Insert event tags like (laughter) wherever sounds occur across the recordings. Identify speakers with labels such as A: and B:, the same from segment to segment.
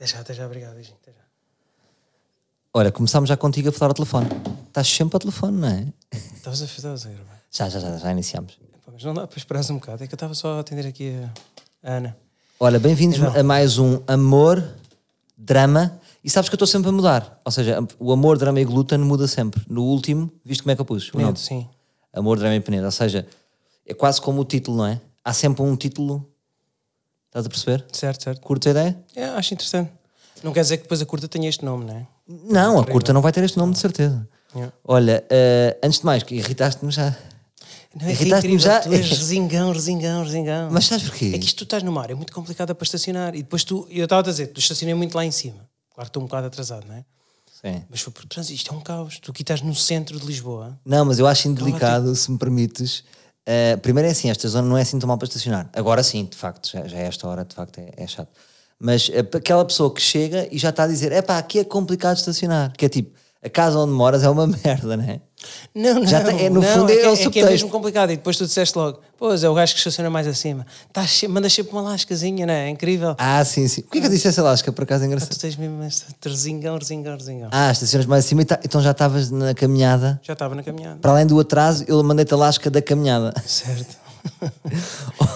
A: já, até já, obrigado. beijinho, Até já.
B: Ora, começámos já contigo a falar ao telefone. Estás sempre ao telefone, não é?
A: Estavas a estavas a gravar.
B: Já, já, já, já iniciámos.
A: Pá, Mas não dá para esperar um bocado, é que eu estava só a atender aqui a, a Ana.
B: Ora, bem-vindos
A: Então.
B: a mais um Amor, Drama. E sabes que eu estou sempre a mudar. Ou seja, o amor, drama e glúten muda sempre. No último, viste como é que eu pus? o nome?
A: Medo, sim.
B: Amor, drama e peneira. Ou seja, é quase como o título, não é? Há sempre um título. Estás a perceber?
A: Certo, certo.
B: Curto a ideia?
A: É, acho interessante. Não quer dizer que depois a curta tenha este nome, não é?
B: Não, a curta não vai ter este nome, de certeza.
A: Yeah.
B: Olha, eh, antes de mais, que irritaste-me já.
A: Não, é que é
B: Irritaste-me
A: incrível,
B: já.
A: tu
B: (laughs)
A: és resingão, resingão, resingão.
B: Mas sabes porquê?
A: É que isto tu estás numa área muito complicada para estacionar. E depois tu, eu estava a dizer, tu estacionei muito lá em cima. Claro que estou um bocado atrasado, não é?
B: Sim.
A: Mas foi por trânsito, isto é um caos. Tu aqui estás no centro de Lisboa.
B: Não, mas eu acho indelicado, se me permites. Eh, primeiro é assim, esta zona não é assim tão mal para estacionar. Agora sim, de facto, já, já é esta hora, de facto, é, é chato. Mas eh, para aquela pessoa que chega e já está a dizer: é pá, aqui é complicado estacionar. Que é tipo, a casa onde moras é uma (laughs) merda, não é?
A: Não, não.
B: Já tem- é, no
A: não,
B: fundo é
A: que,
B: o
A: que é
B: subtexto.
A: mesmo complicado. E depois tu disseste logo, pois é o gajo que estaciona mais acima. Estás, sempre- mandas sempre uma lascazinha, não é? É incrível.
B: Ah, sim, sim. Porquê que eu disse essa lasca? Por acaso é engraçado.
A: Tu tens mesmo este resingão, resingão, resingão.
B: Ah, estacionas mais acima, e tá- então já estavas na caminhada.
A: Já estava na caminhada.
B: Para além do atraso, eu mandei-te a lasca da caminhada. (laughs)
A: Certo.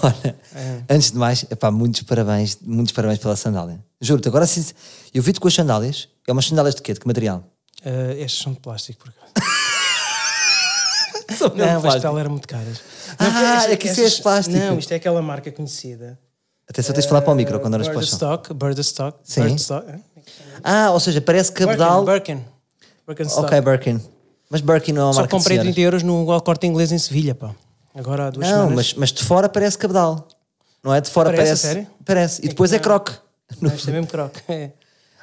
B: Olha,
A: É.
B: antes de mais, epá, muitos parabéns, muitos parabéns pela sandália. Juro-te, agora sim, eu vi-te com as sandálias. É umas sandálias de quê? De que material?
A: Eh, estes são de plástico, por
B: (laughs)
A: acaso.
B: São
A: Não,
B: de
A: mas
B: plástico.
A: tal eram muito caras.
B: Ah,
A: porque estas-
B: é que isso é
A: estas-
B: de plástico.
A: Não, isto é aquela marca conhecida.
B: Atenção, tens de falar para o micro quando olhas para o chão.
A: Birdstock, Birdstock,
B: Sim.
A: Birdstock. eh?
B: Ah, ou seja, parece
A: Birkin,
B: cabedal.
A: Birkin. Birkenstock.
B: ok, Birkin. Mas Birkin não é uma
A: Só
B: marca de
A: comprei
B: senhoras.
A: 30 euros no corte inglês em Sevilha, pá. Agora há duas
B: Não,
A: semanas.
B: mas, mas de fora parece cabedal. Não é? De fora
A: Parece, a
B: parece.
A: sério?
B: parece. E depois é croque.
A: Não, isto é mesmo croque. É.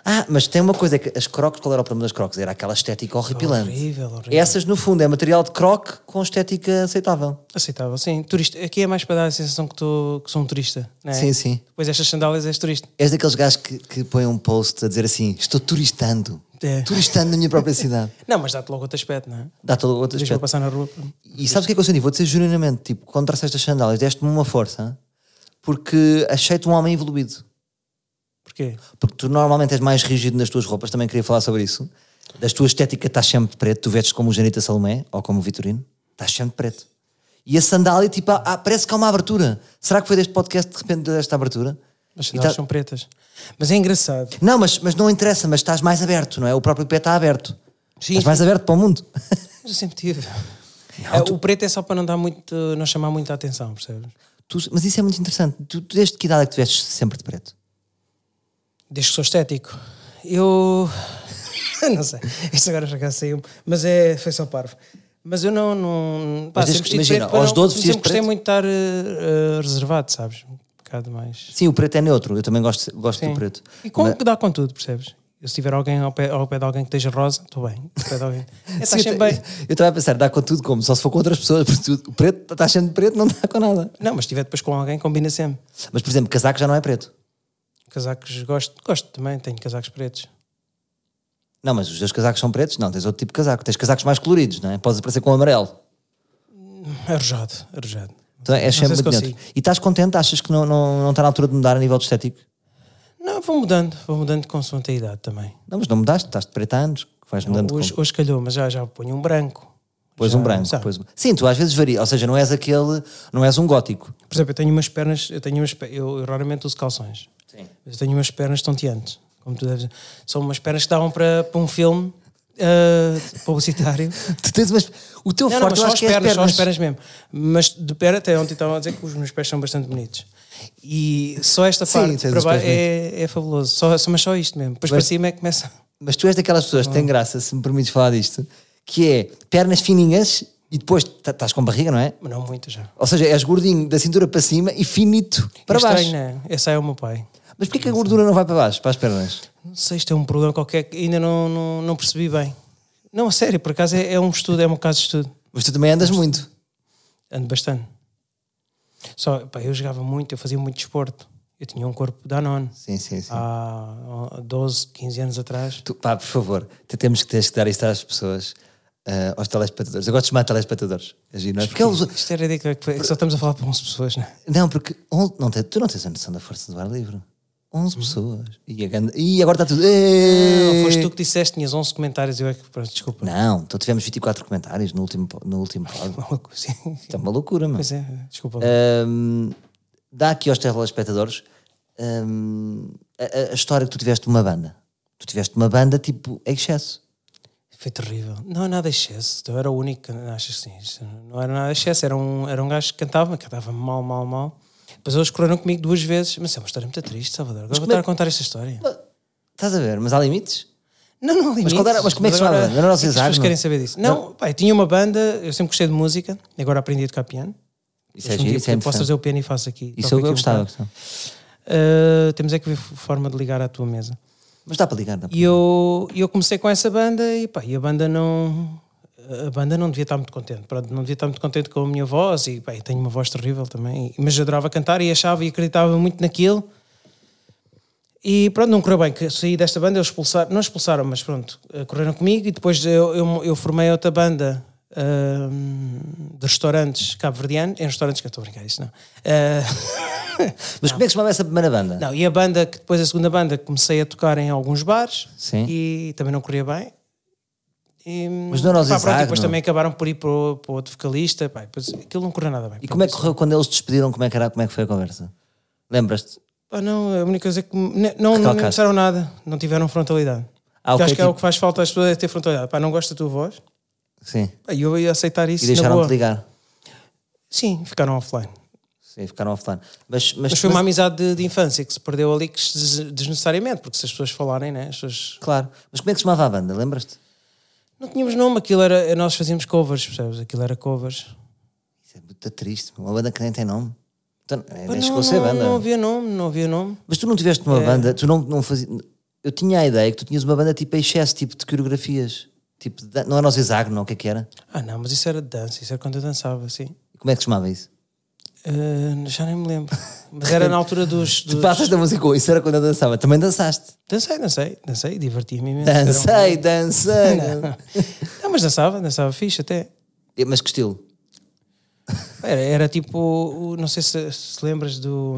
B: Ah, mas tem uma coisa, é que as crocs, qual era o problema das crocs? Era aquela estética horripilante.
A: Horrível, horrível.
B: Essas, no fundo, é material de croc com estética aceitável.
A: Aceitável, sim. Turista. Aqui é mais para dar a sensação que, tô, que sou um turista, não é?
B: Sim, sim.
A: Depois estas sandálias és turista.
B: És daqueles gajos que, que põem um post a dizer assim: estou turistando.
A: É.
B: Turistando na minha própria cidade.
A: Não, mas dá-te logo outro aspecto, não é?
B: Dá todo outro
A: Deixa-me
B: aspecto.
A: passar na rua.
B: E sabes o que é que eu senti? Vou dizer genuinamente: tipo, quando trouxeste as sandálias, deste-me uma força porque achei-te um homem evoluído.
A: Porquê?
B: Porque tu normalmente és mais rígido nas tuas roupas, também queria falar sobre isso. Das tua estética estás sempre de preto, tu vestes como o Janita Salomé ou como o Vitorino, estás sempre de preto. E a sandália, tipo, ah, parece que há uma abertura. Será que foi deste podcast de repente desta abertura?
A: As
B: E
A: sandálias
B: tá-
A: são pretas. Mas é engraçado.
B: Não, mas, mas não interessa, mas estás mais aberto, não é? O próprio pé está aberto.
A: Sim,
B: estás
A: sim.
B: mais aberto para o mundo. (laughs)
A: Mas eu sempre tive. É, O preto é só para não, dar muito, não chamar muita atenção, percebes?
B: Tu- mas isso é muito interessante. Tu, tu desde que idade é que tu vestes sempre de preto?
A: Desde que sou estético. Eu. (laughs) não sei. Isto agora já saiu Mas é, foi só parvo. Mas eu não. não pá,
B: Mas desde
A: sempre vesti de
B: que- imagina,
A: preto para
B: aos
A: não-
B: 12 vestias
A: Sempre gostei
B: preto?
A: muito de estar eh, eh, reservado, sabes? Um bocado mais.
B: Sim, o preto é neutro, eu também gosto, gosto do preto.
A: E com que dá com tudo, percebes? Eu, se tiver alguém ao pé, ao pé de alguém que esteja rosa, estou bem. Ao pé de
B: (laughs)
A: alguém. É,
B: Sim,
A: estás
B: eu
A: sempre
B: ta-
A: bem.
B: (laughs) Eu estava a pensar, dá com tudo como? Só se for com outras pessoas, porque tu- o preto está sendo preto, não dá com nada.
A: Não, mas se estiver depois com alguém, combina sempre.
B: Mas, por exemplo, casaco já não é preto.
A: Casacos gosto, gosto também, tenho casacos pretos.
B: Não, mas os teus casacos são pretos? Não, tens outro tipo de casaco. Tens casacos mais coloridos, não é? Podes aparecer com amarelo.
A: Arrojado, arrojado.
B: Então é sempre
A: se
B: de neutro. E estás contente? Achas que não, não, não está na altura de mudar a nível de estético?
A: Não, vou mudando, vou mudando consoante a idade também.
B: Não, mas não mudaste, estás de preto há anos, que vais mudando
A: Hoje,
B: com...
A: hoje calhou, mas já, já ponho um branco.
B: Depois
A: Já,
B: um branco.
A: sabe?
B: Depois... um- Sim, tu às vezes varia, ou seja, não és aquele, não és um gótico.
A: Por exemplo, eu tenho umas pernas, eu tenho umas, pe- eu, eu raramente uso calções.
B: Sim.
A: Mas eu tenho umas pernas tonteantes, como tu deves. São umas pernas que davam para, para um filme ah, publicitário.
B: (laughs) (laughs) Tu tens umas... O teu
A: não, não,
B: forte
A: mas só
B: eu acho
A: as
B: que é
A: pernas,
B: as
A: só as
B: pernas.
A: pernas mesmo. Mas de pé até ontem estavam a dizer que os meus pés são bastante bonitos. E só esta
B: Sim,
A: parte
B: tens
A: para
B: os pés
A: baixo é, é fabuloso. Só, só- mas só isto mesmo. Depois para cima é que começa. (laughs)
B: Mas tu és daquelas pessoas que têm graça, se me permites falar disto, que é pernas fininhas e depois tá- estás com barriga, não é?
A: Mas não muito já.
B: Ou seja, és gordinho da cintura para cima e finito para
A: é
B: baixo.
A: Estranho, não é? Esse aí é o meu pai.
B: Mas porquê que a gordura não vai para baixo, para as pernas?
A: Não sei, isto é um problema qualquer que ainda não, não, não percebi bem. Não, a sério, por acaso é, é um estudo, é um caso de estudo.
B: Mas tu também andas muito.
A: Ando bastante. Só, pá, eu jogava muito, eu fazia muito desporto. Eu tinha um corpo da nona.
B: Sim, sim, sim.
A: Há ó, 12, 15 anos atrás.
B: Tu- pá, por favor, te- temos que, tens que dar isto às pessoas, ah, aos telespectadores. Eu gosto de chamar telespectadores. É giro, não é? Porque eles-
A: Isto é ridículo, é que foi- é que só estamos a falar para 11 pessoas, não é?
B: Não, porque on- não te- tu não tens a noção da força do ar livre. 11 pessoas. E, a ganda- e agora está tudo. "Ei!"
A: Uhum. Não, foste tu que disseste, tinhas 11 comentários. Eu é que, pronto, desculpa.
B: Não, então tivemos 24 comentários no último, po- no último pod.
A: Uma coisa. assim.
B: Isto é uma loucura,
A: (laughs)
B: mano.
A: Pois é, desculpa.
B: Ahm, dá aqui aos telespectadores ahm, a, a- a história que tu tiveste de uma banda. Tu tiveste uma banda tipo em excesso.
A: Foi terrível. Não é nada excesso. Eu era o único, que- achas assim? isto Não era nada excesso. Era um, era um gajo que cantava, mas cantava mal, mal, mal. Depois eles colaram comigo duas vezes. Mas é uma história muito triste, Salvador. Agora vou
B: como é-
A: estar a contar esta história.
B: Mas, Estás a ver, mas há limites?
A: Não, não, há limites.
B: qual era- mas como é que se
A: Agora,
B: chamava? Era o nosso
A: é que As pessoas
B: exato,
A: querem
B: não?
A: saber disso. Não, pá, eu tinha uma banda, eu sempre gostei de música, agora aprendi a tocar piano.
B: Isso é
A: Hoje em
B: giro,
A: um dia
B: isso é
A: posso
B: interessante.
A: fazer o piano e faço aqui.
B: Isso é
A: toco
B: eu, eu
A: aqui um
B: gostava.
A: bocado.
B: gostava.
A: Ah, temos é que ver f- forma de ligar à tua mesa.
B: Mas dá para ligar, dá para
A: E eu, e eu comecei com essa banda e, pá, e a banda não a banda não devia estar muito contente, pronto, não devia estar muito contente com a minha voz e, pá, e tenho uma voz terrível também, mas eu adorava cantar e achava e acreditava muito naquilo. E pronto, não correu bem, que eu saí desta banda, eles expulsaram, não expulsaram, mas pronto, eh, correram comigo e depois eu, eu, eu formei outra banda ahm, de restaurantes cabo-verdianos, em restaurantes que eu estou a brincar, isso não. (laughs) Ah,
B: Mas como é que se chamava essa primeira banda?
A: Não, e a banda, que depois a segunda banda, comecei a tocar em alguns bares
B: Sim.
A: e também não corria bem. E,
B: Mas não era
A: pá,
B: o
A: pronto,
B: Zigzag,
A: e depois
B: não?
A: também acabaram por ir para o, para o outro vocalista, pá, e depois aquilo não correu nada bem.
B: E como é que correu quando eles te despediram? Como é que, era, como é que foi a conversa? Lembras-te?
A: Pá, não, a única coisa é que. me- ne- Não, não
B: Recalcaste.
A: me disseram nada, não tiveram frontalidade.
B: Ah,
A: Porque
B: ok,
A: acho que é o
B: tipo-
A: que faz falta às pessoas é ter frontalidade. Pá, não gosto da tua voz.
B: Sim.
A: Pá, E eu ia aceitar isso.
B: E
A: na
B: deixaram-te
A: boa.
B: ligar.
A: Sim, ficaram offline.
B: Sim, ficaram offline. Mas, mas,
A: Mas foi
B: mas-
A: uma amizade de, de infância que se perdeu ali que se des- desnecessariamente, porque se as pessoas falarem, né, as pessoas
B: Claro. Mas como é que se chamava a banda? Lembras-te?
A: Não tínhamos nome, aquilo era. Nós fazíamos covers, percebes? Aquilo era covers.
B: Isso é muito triste. Uma banda que nem tem nome. Então, nem
A: Pá,
B: chegou
A: não,
B: a ser
A: não-
B: banda.
A: não É. havia nome, não havia nome.
B: Mas tu não tiveste uma banda, tu não, não fazias. Eu tinha a ideia que tu tinhas uma banda tipo excesso, tipo de coreografias. Tipo, de dan- não era o Zigzag, não? O que é que era?
A: Ah, não, mas isso era de dança, isso era quando eu dançava, sim.
B: Como é que se chamava isso?
A: Ah, já nem me lembro. Mas era na altura
B: (laughs)
A: dos.
B: Tu
A: dos...
B: passas da música, "Oh, isso era quando eu dançava. Também dançaste.
A: Dancei, dancei, dancei, diverti-me imenso. Era um-
B: Dancei, dancei.
A: (laughs) Não, mas dançava, dançava fixe até.
B: Eh, Mas que estilo?
A: Era, era tipo. o- Não sei se, se lembras do.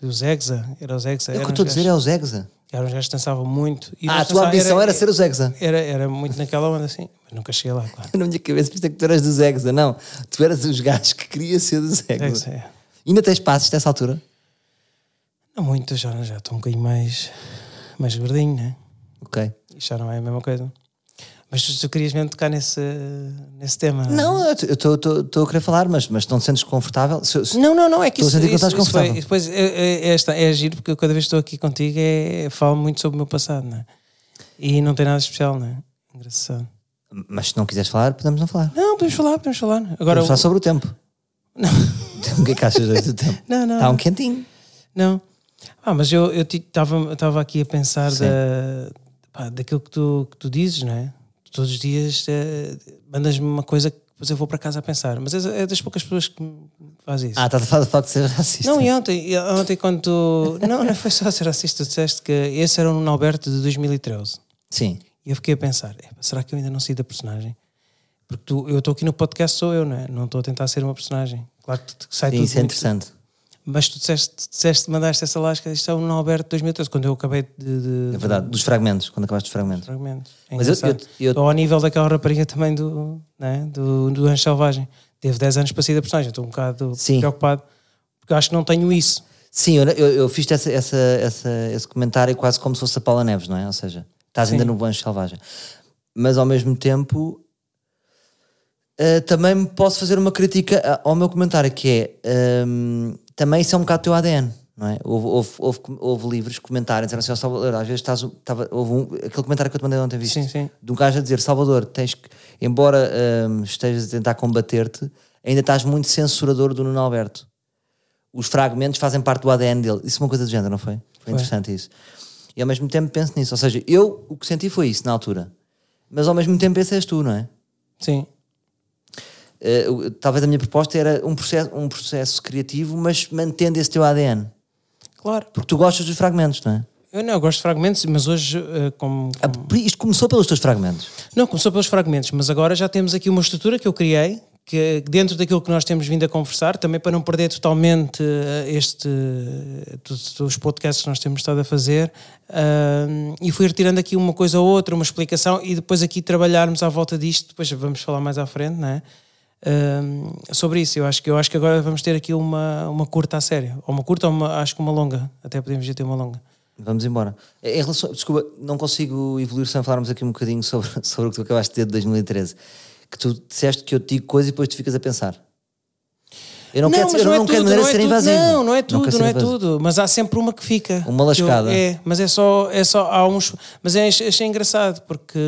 A: Do Zegza, era o Zegza.
B: É o que
A: eram
B: eu estou a
A: uns
B: dizer,
A: gajos-
B: é o Zegza.
A: Eram uns gajos que dançavam muito. e
B: Ah, a
A: nós
B: tua
A: dançava-
B: ambição era ser o Zegza.
A: Era, era muito naquela onda, assim. Mas nunca cheguei lá, claro.
B: (laughs) Na minha cabeça pensei que tu eras do Zegza. Não, tu eras dos gajos que queria ser do
A: Zegza,
B: Zegza.
A: é.
B: Ainda tens passos dessa altura?
A: Não muito, já, já estou um bocadinho mais, mais gordinho, né?
B: Ok.
A: Isto já não é a mesma coisa. Mas tu, tu querias mesmo tocar nesse, nesse tema? é?
B: Não, eu estou a querer falar, mas, mas não te sentes confortável? Se- se-
A: Não, não, não, é que
B: Estou a
A: isso,
B: sentir que
A: isso,
B: não estás
A: isso foi,
B: confortável.
A: e depois é, é, é, esta- é giro porque eu cada vez que estou aqui contigo é, falo muito sobre o meu passado, não é? E não tem nada especial, não é? Engraçado.
B: Mas se não quiseres falar, podemos não falar.
A: Não, podemos falar, podemos falar. Agora,
B: Vamos falar sobre o tempo. Não. (laughs) o que é que achas deste
A: (laughs)
B: tempo?
A: não, não,
B: Está um quentinho.
A: não. Ah, mas eu estava estava aqui a pensar
B: Sim.
A: da, pá, daquilo que tu, que tu dizes, não é? Tu Todos os dias eh, mandas-me uma coisa que depois eu vou para casa a pensar. Mas és- é das poucas pessoas que me faz isso.
B: Ah, estás a falar do facto de ser racista.
A: Não, e ontem, e ontem quando tu... Não, não foi só ser racista, tu disseste que esse era um Alberto de 2013.
B: Sim.
A: E eu fiquei a pensar, "Epá, será que eu ainda não saí da personagem? Porque tu, eu estou aqui no podcast, sou eu, não é? Não estou a tentar ser uma personagem. Claro que tu- sai
B: Sim,
A: tudo
B: isso é
A: muito-
B: interessante.
A: Mas tu disseste, disseste mandaste essa lasca, isto é um Alberto de 2013, quando eu acabei de... de-
B: É verdade, dos fragmentos, quando acabaste dos
A: de
B: fragmentos.
A: fragmentos. É
B: Mas eu-
A: engraçado.
B: eu- eu-
A: Estou ao nível daquela rapariga também do, não é? do, do Anjo Selvagem. Teve 10 anos para sair da personagem, estou um bocado
B: Sim.
A: preocupado. Porque eu acho que não tenho isso.
B: Sim, eu, eu, eu fiz essa, essa, essa, esse comentário quase como se fosse a Paula Neves, não é? Ou seja, estás ainda no Banjo Selvagem. Mas ao mesmo tempo, eh, também posso fazer uma crítica a- ao meu comentário, que é hum, também isso é um bocado teu ADN. Não é? houve, houve, houve, houve livros, comentários, disseram assim, "Ó, Salvador, às vezes estás, um- estava, houve um, aquele comentário que eu te mandei ontem, viste?
A: Sim, sim.
B: de um gajo a dizer Salvador, tens que, embora hum, estejas a tentar combater-te, ainda estás muito censurador do Nuno Alberto. Os fragmentos fazem parte do ADN dele. Isso é uma coisa do género, não foi? Foi, interessante isso. E ao mesmo tempo penso nisso. Ou seja, eu o que senti foi isso na altura. Mas ao mesmo tempo esse és tu, não é?
A: Sim.
B: Eh, eu- talvez a minha proposta era um processo, um processo criativo, mas mantendo esse teu ADN.
A: Claro.
B: Porque tu gostas dos fragmentos, não é?
A: Eu não, eu gosto de fragmentos, mas hoje, eh, como,
B: Ah, por- Isto começou pelos teus fragmentos.
A: Não, começou pelos fragmentos, mas agora já temos aqui uma estrutura que eu criei, que dentro daquilo que nós temos vindo a conversar, também para não perder totalmente eh, este dos, dos podcasts que nós temos estado a fazer, ahm, e fui retirando aqui uma coisa ou outra, uma explicação, e depois aqui trabalharmos à volta disto, depois vamos falar mais à frente, não é? Ahm, sobre isso, eu acho que eu acho que agora vamos ter aqui uma, uma curta a sério, ou uma curta, ou uma- acho que uma longa, até podemos já ter uma longa.
B: Vamos embora. Em relação, desculpa, não consigo evoluir sem falarmos aqui um bocadinho sobre, (laughs) sobre o que tu acabaste de ter de 2013. Que tu disseste que eu te digo coisa e depois tu ficas a pensar. Eu não, quero,
A: mas
B: eu não, quero de
A: tudo,
B: maneira
A: é
B: ser
A: tudo,
B: invasivo.
A: Não, não é
B: quero
A: tudo,
B: ser
A: não, é
B: invasivo.
A: tudo. Mas há sempre uma que fica.
B: Uma
A: Que eu-
B: lascada.
A: é, mas é só, é só, há uns. Mas é, achei engraçado, porque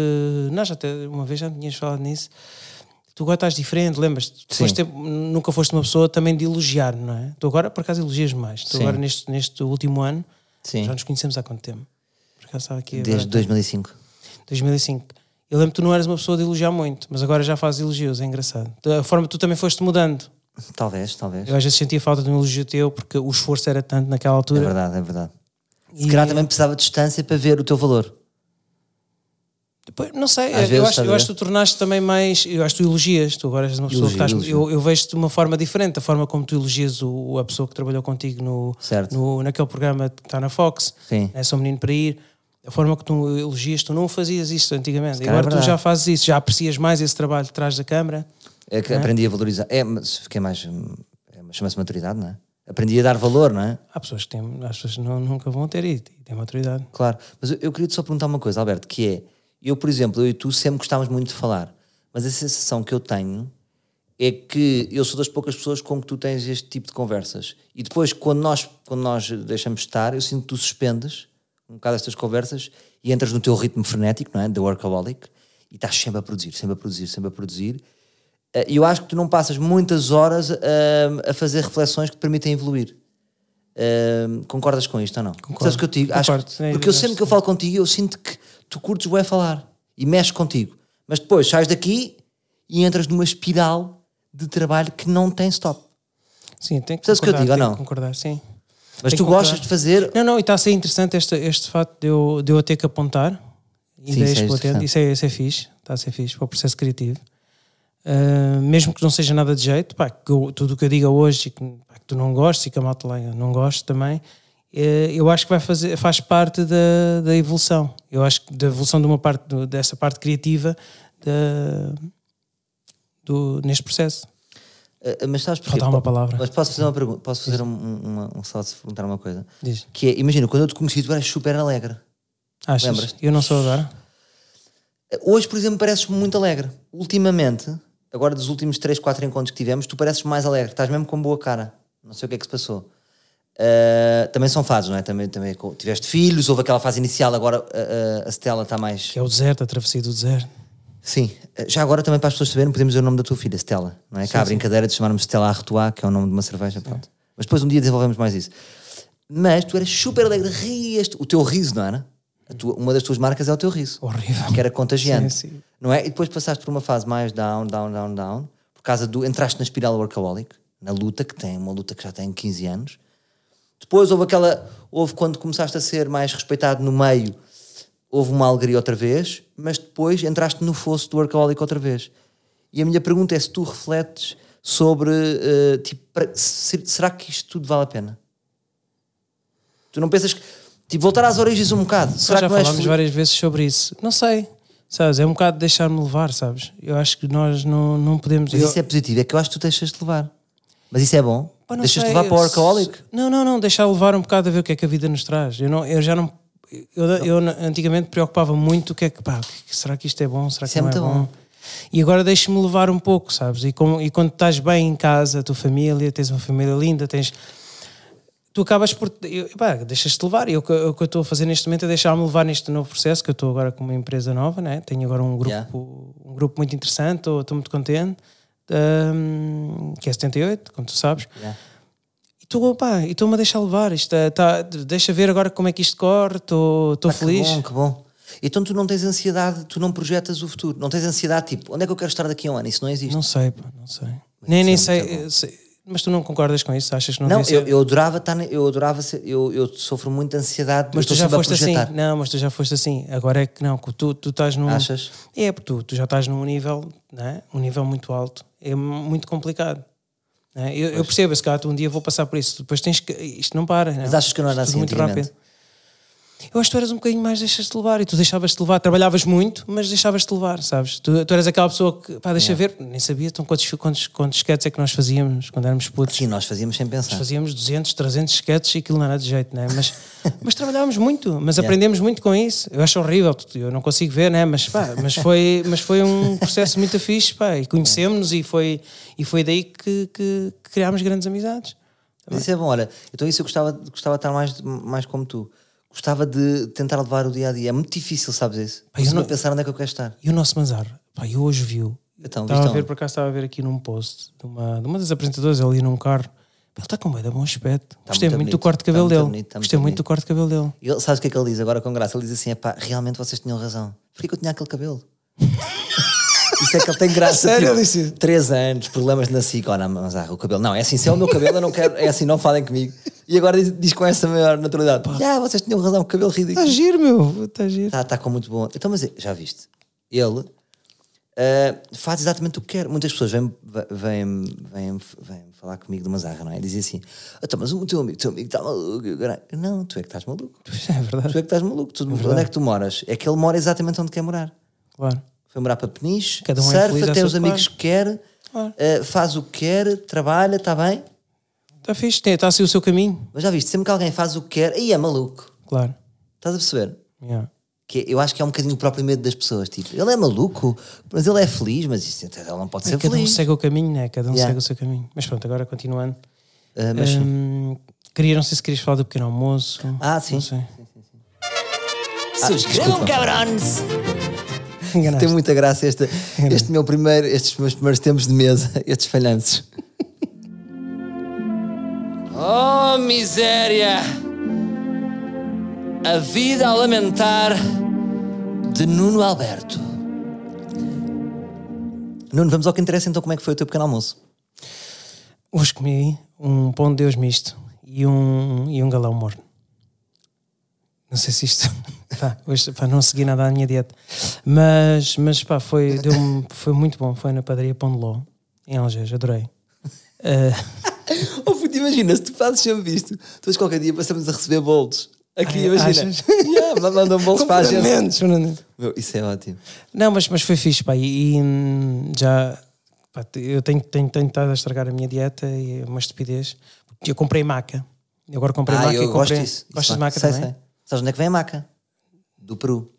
A: nós já até uma vez já tinhas falado nisso. Tu agora estás diferente, lembras-te? Tu
B: Sim.
A: foste- nunca foste uma pessoa também de elogiar, não é? Tu agora, por acaso, elogias mais. Tu
B: Sim.
A: agora, neste, neste último ano,
B: Sim.
A: já nos conhecemos há quanto tempo? Por acaso estava aqui agora.
B: Desde 2005.
A: 2005. Eu lembro que tu não eras uma pessoa de elogiar muito, mas agora já fazes elogios, é engraçado. A forma que tu também foste mudando.
B: Talvez, talvez.
A: Eu às vezes sentia falta de um elogio teu porque o esforço era tanto naquela
B: É
A: altura.
B: verdade, é verdade. Se
A: E-
B: calhar também precisava de distância para ver o teu valor.
A: Depois, não sei,
B: Às
A: eu,
B: vezes,
A: acho,
B: estás
A: eu
B: a
A: acho que tu tornaste também mais. Eu acho que tu elogias, tu agora és uma pessoa
B: Elogio,
A: que estás. Eu,
B: elogio.
A: eu vejo-te de uma forma diferente, a forma como tu elogias o, o- a pessoa que trabalhou contigo no,
B: Certo.
A: no- naquele programa que está na Fox,
B: Sim.
A: é só menino para ir. A forma que tu elogias, tu não fazias isso antigamente.
B: calhar
A: Agora
B: é
A: tu já
B: verdade.
A: fazes isso, já aprecias mais esse trabalho de trás da câmara.
B: É que aprendi a valorizar. É, mas fiquei mais. hum, é, Chama-se maturidade, não é? Aprendi a dar valor, não é?
A: Há pessoas que têm, as pessoas não, nunca vão ter e têm maturidade.
B: Claro, mas eu, eu queria só perguntar uma coisa, Alberto, que é, eu, por exemplo, eu e tu sempre gostávamos muito de falar, mas a sensação que eu tenho é que eu sou das poucas pessoas com que tu tens este tipo de conversas. E depois, quando nós, quando nós deixamos de estar, eu sinto que tu suspendes um bocado estas conversas e entras no teu ritmo frenético, não é? Da workaholic, e estás sempre a produzir, sempre a produzir, sempre a produzir. Eh, E eu acho que tu não passas muitas horas ah, a fazer reflexões que te permitem evoluir. Hum, concordas com isto ou não? Sabes o que eu te digo? Acho
A: Concordo. é
B: que- porque eu sempre que eu falo contigo, eu sinto que tu curtes o é falar e mexes contigo, mas depois sais daqui e entras numa espiral de trabalho que não tem stop.
A: Sim, tem que
B: Percebes o que eu
A: concordar,
B: digo ou
A: tem
B: não?
A: que concordar, sim.
B: Mas
A: Tem
B: tu
A: que concordar.
B: gostas de fazer.
A: Não, não, e está a ser interessante este, este fato de eu, de eu ter que apontar. Ainda
B: Sim, isso é
A: este
B: interessante.
A: patente. Isso é, isso é fixe, está a ser fixe para o processo criativo. Uh, mesmo que não seja nada de jeito, pá, que eu- tudo o que eu diga hoje e que, pá, que tu não gostes e que a malta lá não goste também, eh, eu acho que vai fazer, faz parte da, da evolução. Eu acho que da evolução de uma parte, do- dessa parte criativa da- do, neste processo.
B: Ah, Mas sabes porquê?
A: Faltar uma palavra.
B: Mas posso fazer uma pergunta? Posso fazer um, um, uma- um só se perguntar uma coisa?
A: Diz.
B: Que é, imagina, quando eu te conheci, tu eras super alegre.
A: Achas?
B: Lembras-te?
A: Eu não sou agora.
B: Hoje, por exemplo, pareces muito alegre. Ultimamente, agora dos últimos 3, 4 encontros que tivemos, tu pareces mais alegre. Estás mesmo com boa cara. Não sei o que é que se passou. Ah, também são fases, não é? Também, também co- tiveste filhos, houve aquela fase inicial, agora ah, ah, a Stella está mais.
A: Que é o deserto, a travessia do deserto.
B: Sim. Ah, Já agora também para as pessoas saberem, podemos dizer o nome da tua filha, Stella. Não é? Cá há a brincadeira de chamarmos Stella Artois, que é o nome de uma cerveja. Pronto. Mas depois um dia desenvolvemos mais isso. Mas tu eras super alegre, rias. O teu riso, não era? A tua- uma das tuas marcas é o teu riso
A: Horrível.
B: que era contagiante,
A: Sim, sim.
B: não é? E depois passaste por uma fase mais down, down, down, down, por causa do. entraste na espiral workaholic, na luta, que tem uma luta que já tem 15 anos. Depois houve aquela. houve quando começaste a ser mais respeitado no meio, houve uma alegria outra vez, mas depois entraste no fosso do workaholic outra vez. E a minha pergunta é se tu refletes sobre. eh, tipo, para- se- será que isto tudo vale a pena? Tu não pensas que. Tipo, voltar às origens um bocado.
A: Nós
B: Será
A: já
B: que não és
A: falámos
B: feliz?
A: várias vezes sobre isso. Não sei. Sabes, é um bocado deixar-me levar, sabes? Eu acho que nós não, não podemos.
B: Mas
A: eu-
B: isso é positivo, é que eu acho que tu deixas de levar. Mas isso é bom.
A: Pá, não
B: Deixas
A: sei,
B: de levar para o
A: eu-
B: workaholic.
A: Não, não, não. Deixar levar um bocado a ver o que é que a vida nos traz. Eu, não, eu já não. Eu, eu antigamente preocupava muito o que é que. Pá, o que- será que isto é bom? Será que
B: Isso é
A: não
B: muito
A: é bom? E agora deixa-me levar um pouco, sabes? E, com- e quando estás bem em casa, a tua família, tens uma família linda, tens. tu acabas por. eu- pá, Deixas-te levar. E o que o que eu estou a fazer neste momento é deixar-me levar neste novo processo, que eu estou agora com uma empresa nova, né? tenho agora um grupo,
B: Yeah.
A: um grupo muito interessante, estou estou muito contente, hum, que é 78, como tu sabes.
B: Yeah.
A: E estou, pá, e estou-me a deixar levar. Isto é- tá- deixa ver agora como é que isto corre, estou estou feliz.
B: Que bom, que bom. Então tu não tens ansiedade, tu não projetas o futuro. Não tens ansiedade tipo, onde é que eu quero estar daqui a um ano? Isso não existe.
A: Não sei, pá, não sei. Nem, nem
B: isso é
A: sei,
B: muito
A: eh, sei- Mas tu não concordas com isso? é- Achas que não,
B: Não,
A: devia ser?
B: eu, eu adorava estar, ne- eu adorava ser, eu, eu sofro muita ansiedade,
A: Mas
B: eu
A: tu
B: estou
A: já
B: sempre
A: foste
B: a
A: assim.
B: projetar.
A: Não, mas tu já foste assim. Agora é que não, que tu, tu estás num.
B: Achas?
A: É, porque tu, tu já estás num nível, né? é? um nível muito alto. É muito complicado. não é? Eu, eu percebo, se calhar tu um dia vou passar por isso. Depois tens que. Isto não para. não é?
B: Mas achas que não era
A: Isto tudo
B: assim
A: muito
B: antigamente?
A: rápido. Eu acho que tu eras um bocadinho mais deixas-te levar e tu deixavas-te levar, trabalhavas muito, mas deixavas-te levar, sabes? Tu, tu eras aquela pessoa que, pá, deixa ver, nem sabia então quantos, quantos, quantos sketches é que nós fazíamos quando éramos putos.
B: Sim, nós fazíamos sem pensar.
A: Nós fazíamos 200, 300 sketches e aquilo não era de jeito, né?
B: (laughs)
A: mas, mas trabalhámos muito, mas aprendemos muito com isso. Eu acho horrível, tu- eu não consigo ver, né? mas, pá, mas, foi, mas foi um processo muito fixe pá, e conhecemos-nos e foi, e foi daí que, que- que criámos grandes amizades.
B: Mas isso é bom, olha, então isso eu gostava, gostava de estar mais, mais como tu. Gostava de tentar levar o dia a dia. É muito difícil, sabes isso?
A: Pá, isso
B: Mas não
A: não-
B: pensar onde é que eu quero estar.
A: E o nosso Manzar, pá, eu hoje vi-o.
B: Então,
A: estava
B: viste
A: a ver,
B: onde?
A: por acaso estava a ver aqui num post de uma, de uma das apresentadoras ali num carro. Pá, Ele está com um bué de bom aspecto. Gostei muito,
B: Tá muito
A: do
B: bonito,
A: corte de
B: está
A: cabelo
B: muito
A: dele.
B: bonito, está muito
A: Gostei muito
B: bonito.
A: do corte de cabelo dele.
B: E ele, sabes o que é que ele diz agora com graça? Ele diz assim: é pá, realmente vocês tinham razão. Porquê que eu tinha aquele
A: (laughs)
B: cabelo? isso é que ele tem graça.
A: Sério,
B: tipo,
A: ele disse isso?
B: Três anos, problemas na SIC. Olha, mas ah, o cabelo. Não, é assim, se é o meu cabelo, eu não quero. É assim, não falem comigo. E agora diz, diz com essa maior naturalidade: já, vocês tinham razão, o cabelo ridículo.
A: Está Tá giro, meu. Está giro.
B: Está tá com muito bom. Então, mas já viste? Ele ah, faz exatamente o que quer. Muitas pessoas vêm, vêm, vêm, vêm falar comigo de uma zarra, não é? Dizem assim: então, mas o teu amigo está amigo tá maluco. Eu, caralho, Não, tu é que estás maluco.
A: (laughs) É verdade,
B: Tu é que estás maluco. Tu, onde é que tu moras? É que ele mora exatamente onde quer morar.
A: claro.
B: Foi morar para Peniche,
A: Cada um é
B: surfa,
A: feliz à
B: tem
A: sua-
B: os amigos
A: claro.
B: que quer,
A: Claro.
B: ah, faz o que quer, trabalha, está bem.
A: Está Tá fixe, está a seguir o seu caminho,
B: Mas já viste? Sempre que alguém faz o que quer, aí é maluco.
A: claro.
B: Estás a perceber?
A: Yeah.
B: Que eu acho que é um bocadinho o próprio medo das pessoas. Tipo, ele é maluco, mas ele é feliz, mas isso, ele não pode ser
A: Cada um
B: feliz.
A: segue o caminho, né? Cada um
B: Yeah.
A: segue o seu caminho. Mas pronto, agora continuando.
B: Ah, mas sim.
A: Hum, queria, não sei se querias falar do pequeno almoço.
B: Ah, sim.
A: Não sei.
B: Ah, Subscrevam, cabrões! Tem
A: (laughs) Enganaste.
B: muita graça (laughs) este, este meu primeiro, estes meus primeiros tempos de mesa, (laughs) estes falhanços. Oh, miséria! A vida a lamentar de Nuno Alberto. Nuno, vamos ao que interessa então, como é que foi o teu pequeno almoço?
A: Hoje comi um pão de Deus misto e um, e um galão morno. Não sei se isto. (laughs) Pá, hoje pá, não segui nada à minha dieta. Mas, mas pá, foi, deu foi muito bom. Foi na padaria Pão de Ló, em Algés, adorei.
B: Oh, puto, imagina, se tu fazes sempre isto, todos qualquer dia passamos a receber bolos. Aqui,
A: Ai,
B: imagina.
A: achas?
B: (laughs) Yeah, mandam bolos para a gente.
A: Fernandes, Fernandes.
B: Meu, isso é ótimo.
A: Não, mas, mas foi fixe, pá. E, e, hum, já. pá, te- eu tenho, tenho, tenho estado a estragar a minha dieta e é uma estupidez. Eu comprei maca. Eu agora comprei
B: Ah,
A: maca
B: eu
A: e
B: gosto
A: comprei.
B: disso.
A: Gostas
B: Isso,
A: de maca
B: sei,
A: também?
B: sei. Sabes onde é que vem a maca? Do Peru.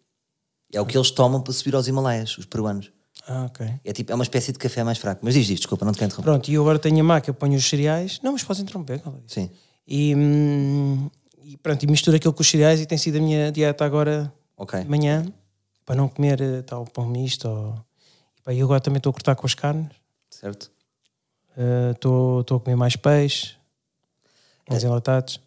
B: É o que eles tomam para subir aos Himalaias, os peruanos.
A: Ah, ok.
B: É tipo, é uma espécie de café mais fraco. Mas diz isto, desculpa, não te quero interromper.
A: Pronto, e eu agora tenho a maca, eu ponho os cereais. Não, mas podes interromper, calma aí.
B: Sim.
A: E, hum, e pronto, e misturo aquilo com os cereais e tem sido a minha dieta agora
B: Ok.
A: de manhã para não comer eh, tal pão misto. Ou... E, pá, eu agora também estou a cortar com as carnes,
B: Certo?
A: eh, estou estou a comer mais peixe, mais
B: Então-
A: enlatados.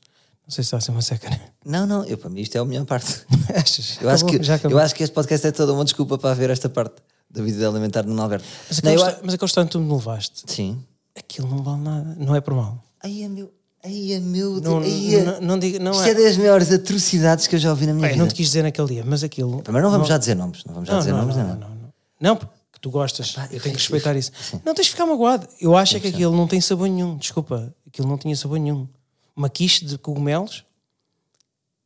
A: Não sei se está a ser uma seca, né?
B: (laughs) Não, não, eu, para mim isto é a
A: (laughs)
B: melhor parte.
A: Achas?
B: Eu acho,
A: Acabou,
B: que,
A: já acabou.
B: eu acho que este podcast é toda uma desculpa para ver esta parte da vida alimentar do Nuno Alberto.
A: Mas
B: Não,
A: aquele,
B: eu
A: insta- mas aquele instante que tu me levaste,
B: a- Sim.
A: aquilo não vale nada, não é por mal.
B: Ai, é meu. Ai, é meu.
A: Não,
B: Deus. Ai, é-
A: não, não digo, não
B: Isto é
A: é.
B: das maiores atrocidades que eu já ouvi na minha
A: Bem,
B: vida.
A: não te quis dizer naquele dia, mas aquilo.
B: Primeiro não vamos já dizer nomes, não vamos já
A: não,
B: dizer
A: não,
B: nomes,
A: não,
B: não, é?
A: não, não, não. Não, porque tu gostas, eu tenho que respeitar isso.
B: sim.
A: Não tens de ficar magoado. Eu acho é que aquilo não tem sabor nenhum, desculpa, aquilo não tinha sabor nenhum. Uma quiche de cogumelos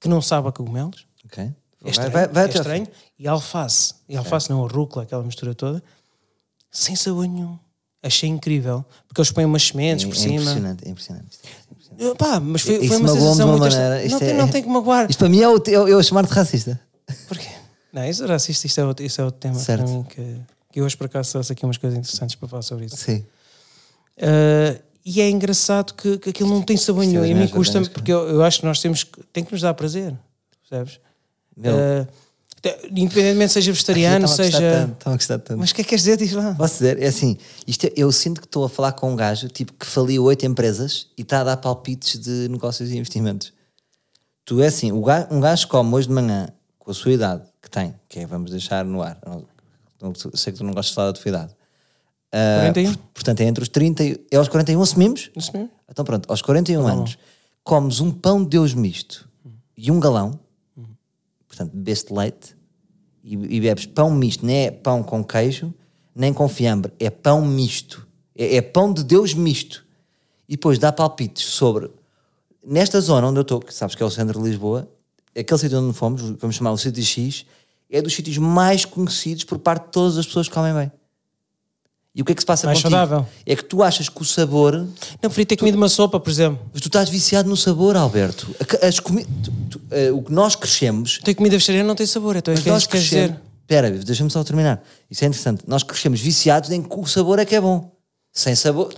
A: que não sabe a cogumelos.
B: Ok.
A: É estranho, é
B: até ao fim.
A: estranho. E alface. E alface não, a rúcula, aquela mistura toda. Sem sabor nenhum. Achei incrível. Porque eles põem umas sementes por
B: É
A: cima.
B: impressionante, é impressionante.
A: Eh, Pá, mas foi, foi
B: Isso
A: uma
B: magoou-me de
A: sensação
B: uma
A: muito... estranha.
B: maneira.
A: Não,
B: Isto
A: tem-
B: é-
A: não tem que magoar.
B: Isto para mim é o te- eu, eu chamar-te racista.
A: Porquê? Não, isso é racista. Isto é outro, isso é outro tema
B: Certo.
A: para mim que... Que eu hoje, por acaso, trouxe aqui umas coisas interessantes para falar sobre isso.
B: Sim.
A: Uh, e é engraçado que, que aquilo não tem sabor
B: Isto é
A: nenhum.
B: das
A: E a mim
B: minhas
A: custa-me,
B: verdades,
A: porque eu, eu acho que nós temos que, tem que nos dar prazer, percebes?
B: Meu.
A: Uh, te- independentemente seja vegetariano, seja.
B: Estava a gostar tanto.
A: Mas o que é que queres dizer? Diz lá.
B: Posso dizer, é assim, isto é- eu sinto que estou a falar com um gajo tipo, que faliu oito empresas e está a dar palpites de negócios e investimentos. Tu é assim, o ga- um gajo come hoje de manhã, com a sua idade, que tem, que é, vamos deixar no ar, não, não- sei que tu não gostas de falar da tua idade,
A: Ah, 41?
B: portanto é entre os 30 e... É aos 41 assumimos?
A: Isso um. mesmo?
B: Então pronto, aos 41 anos comes um pão de Deus misto e um galão, portanto bebeste leite e, e bebes pão misto, não é pão com queijo, nem com fiambre, é pão misto. É, é pão de Deus misto. E depois dá palpites sobre. Nesta zona onde eu estou, que sabes que é o centro de Lisboa, aquele sítio onde fomos, vamos chamar o sítio X, é dos sítios mais conhecidos por parte de todas as pessoas que comem bem. E o que é que se passa
A: Mais
B: contigo?
A: saudável.
B: É que tu achas que o sabor
A: Não, preferia ter comido uma sopa, por exemplo.
B: mas tu estás viciado no sabor, Alberto. A ca- As comi... tu- tu- eh, o que nós crescemos.
A: Ter comida vegetariana não tem sabor, então é
B: Mas
A: que é
B: nós
A: isso que quer
B: crescemos.
A: dizer.
B: Espera, deixa-me só terminar. Isso é interessante. Nós crescemos viciados em que o sabor é que é bom. Sem sabor.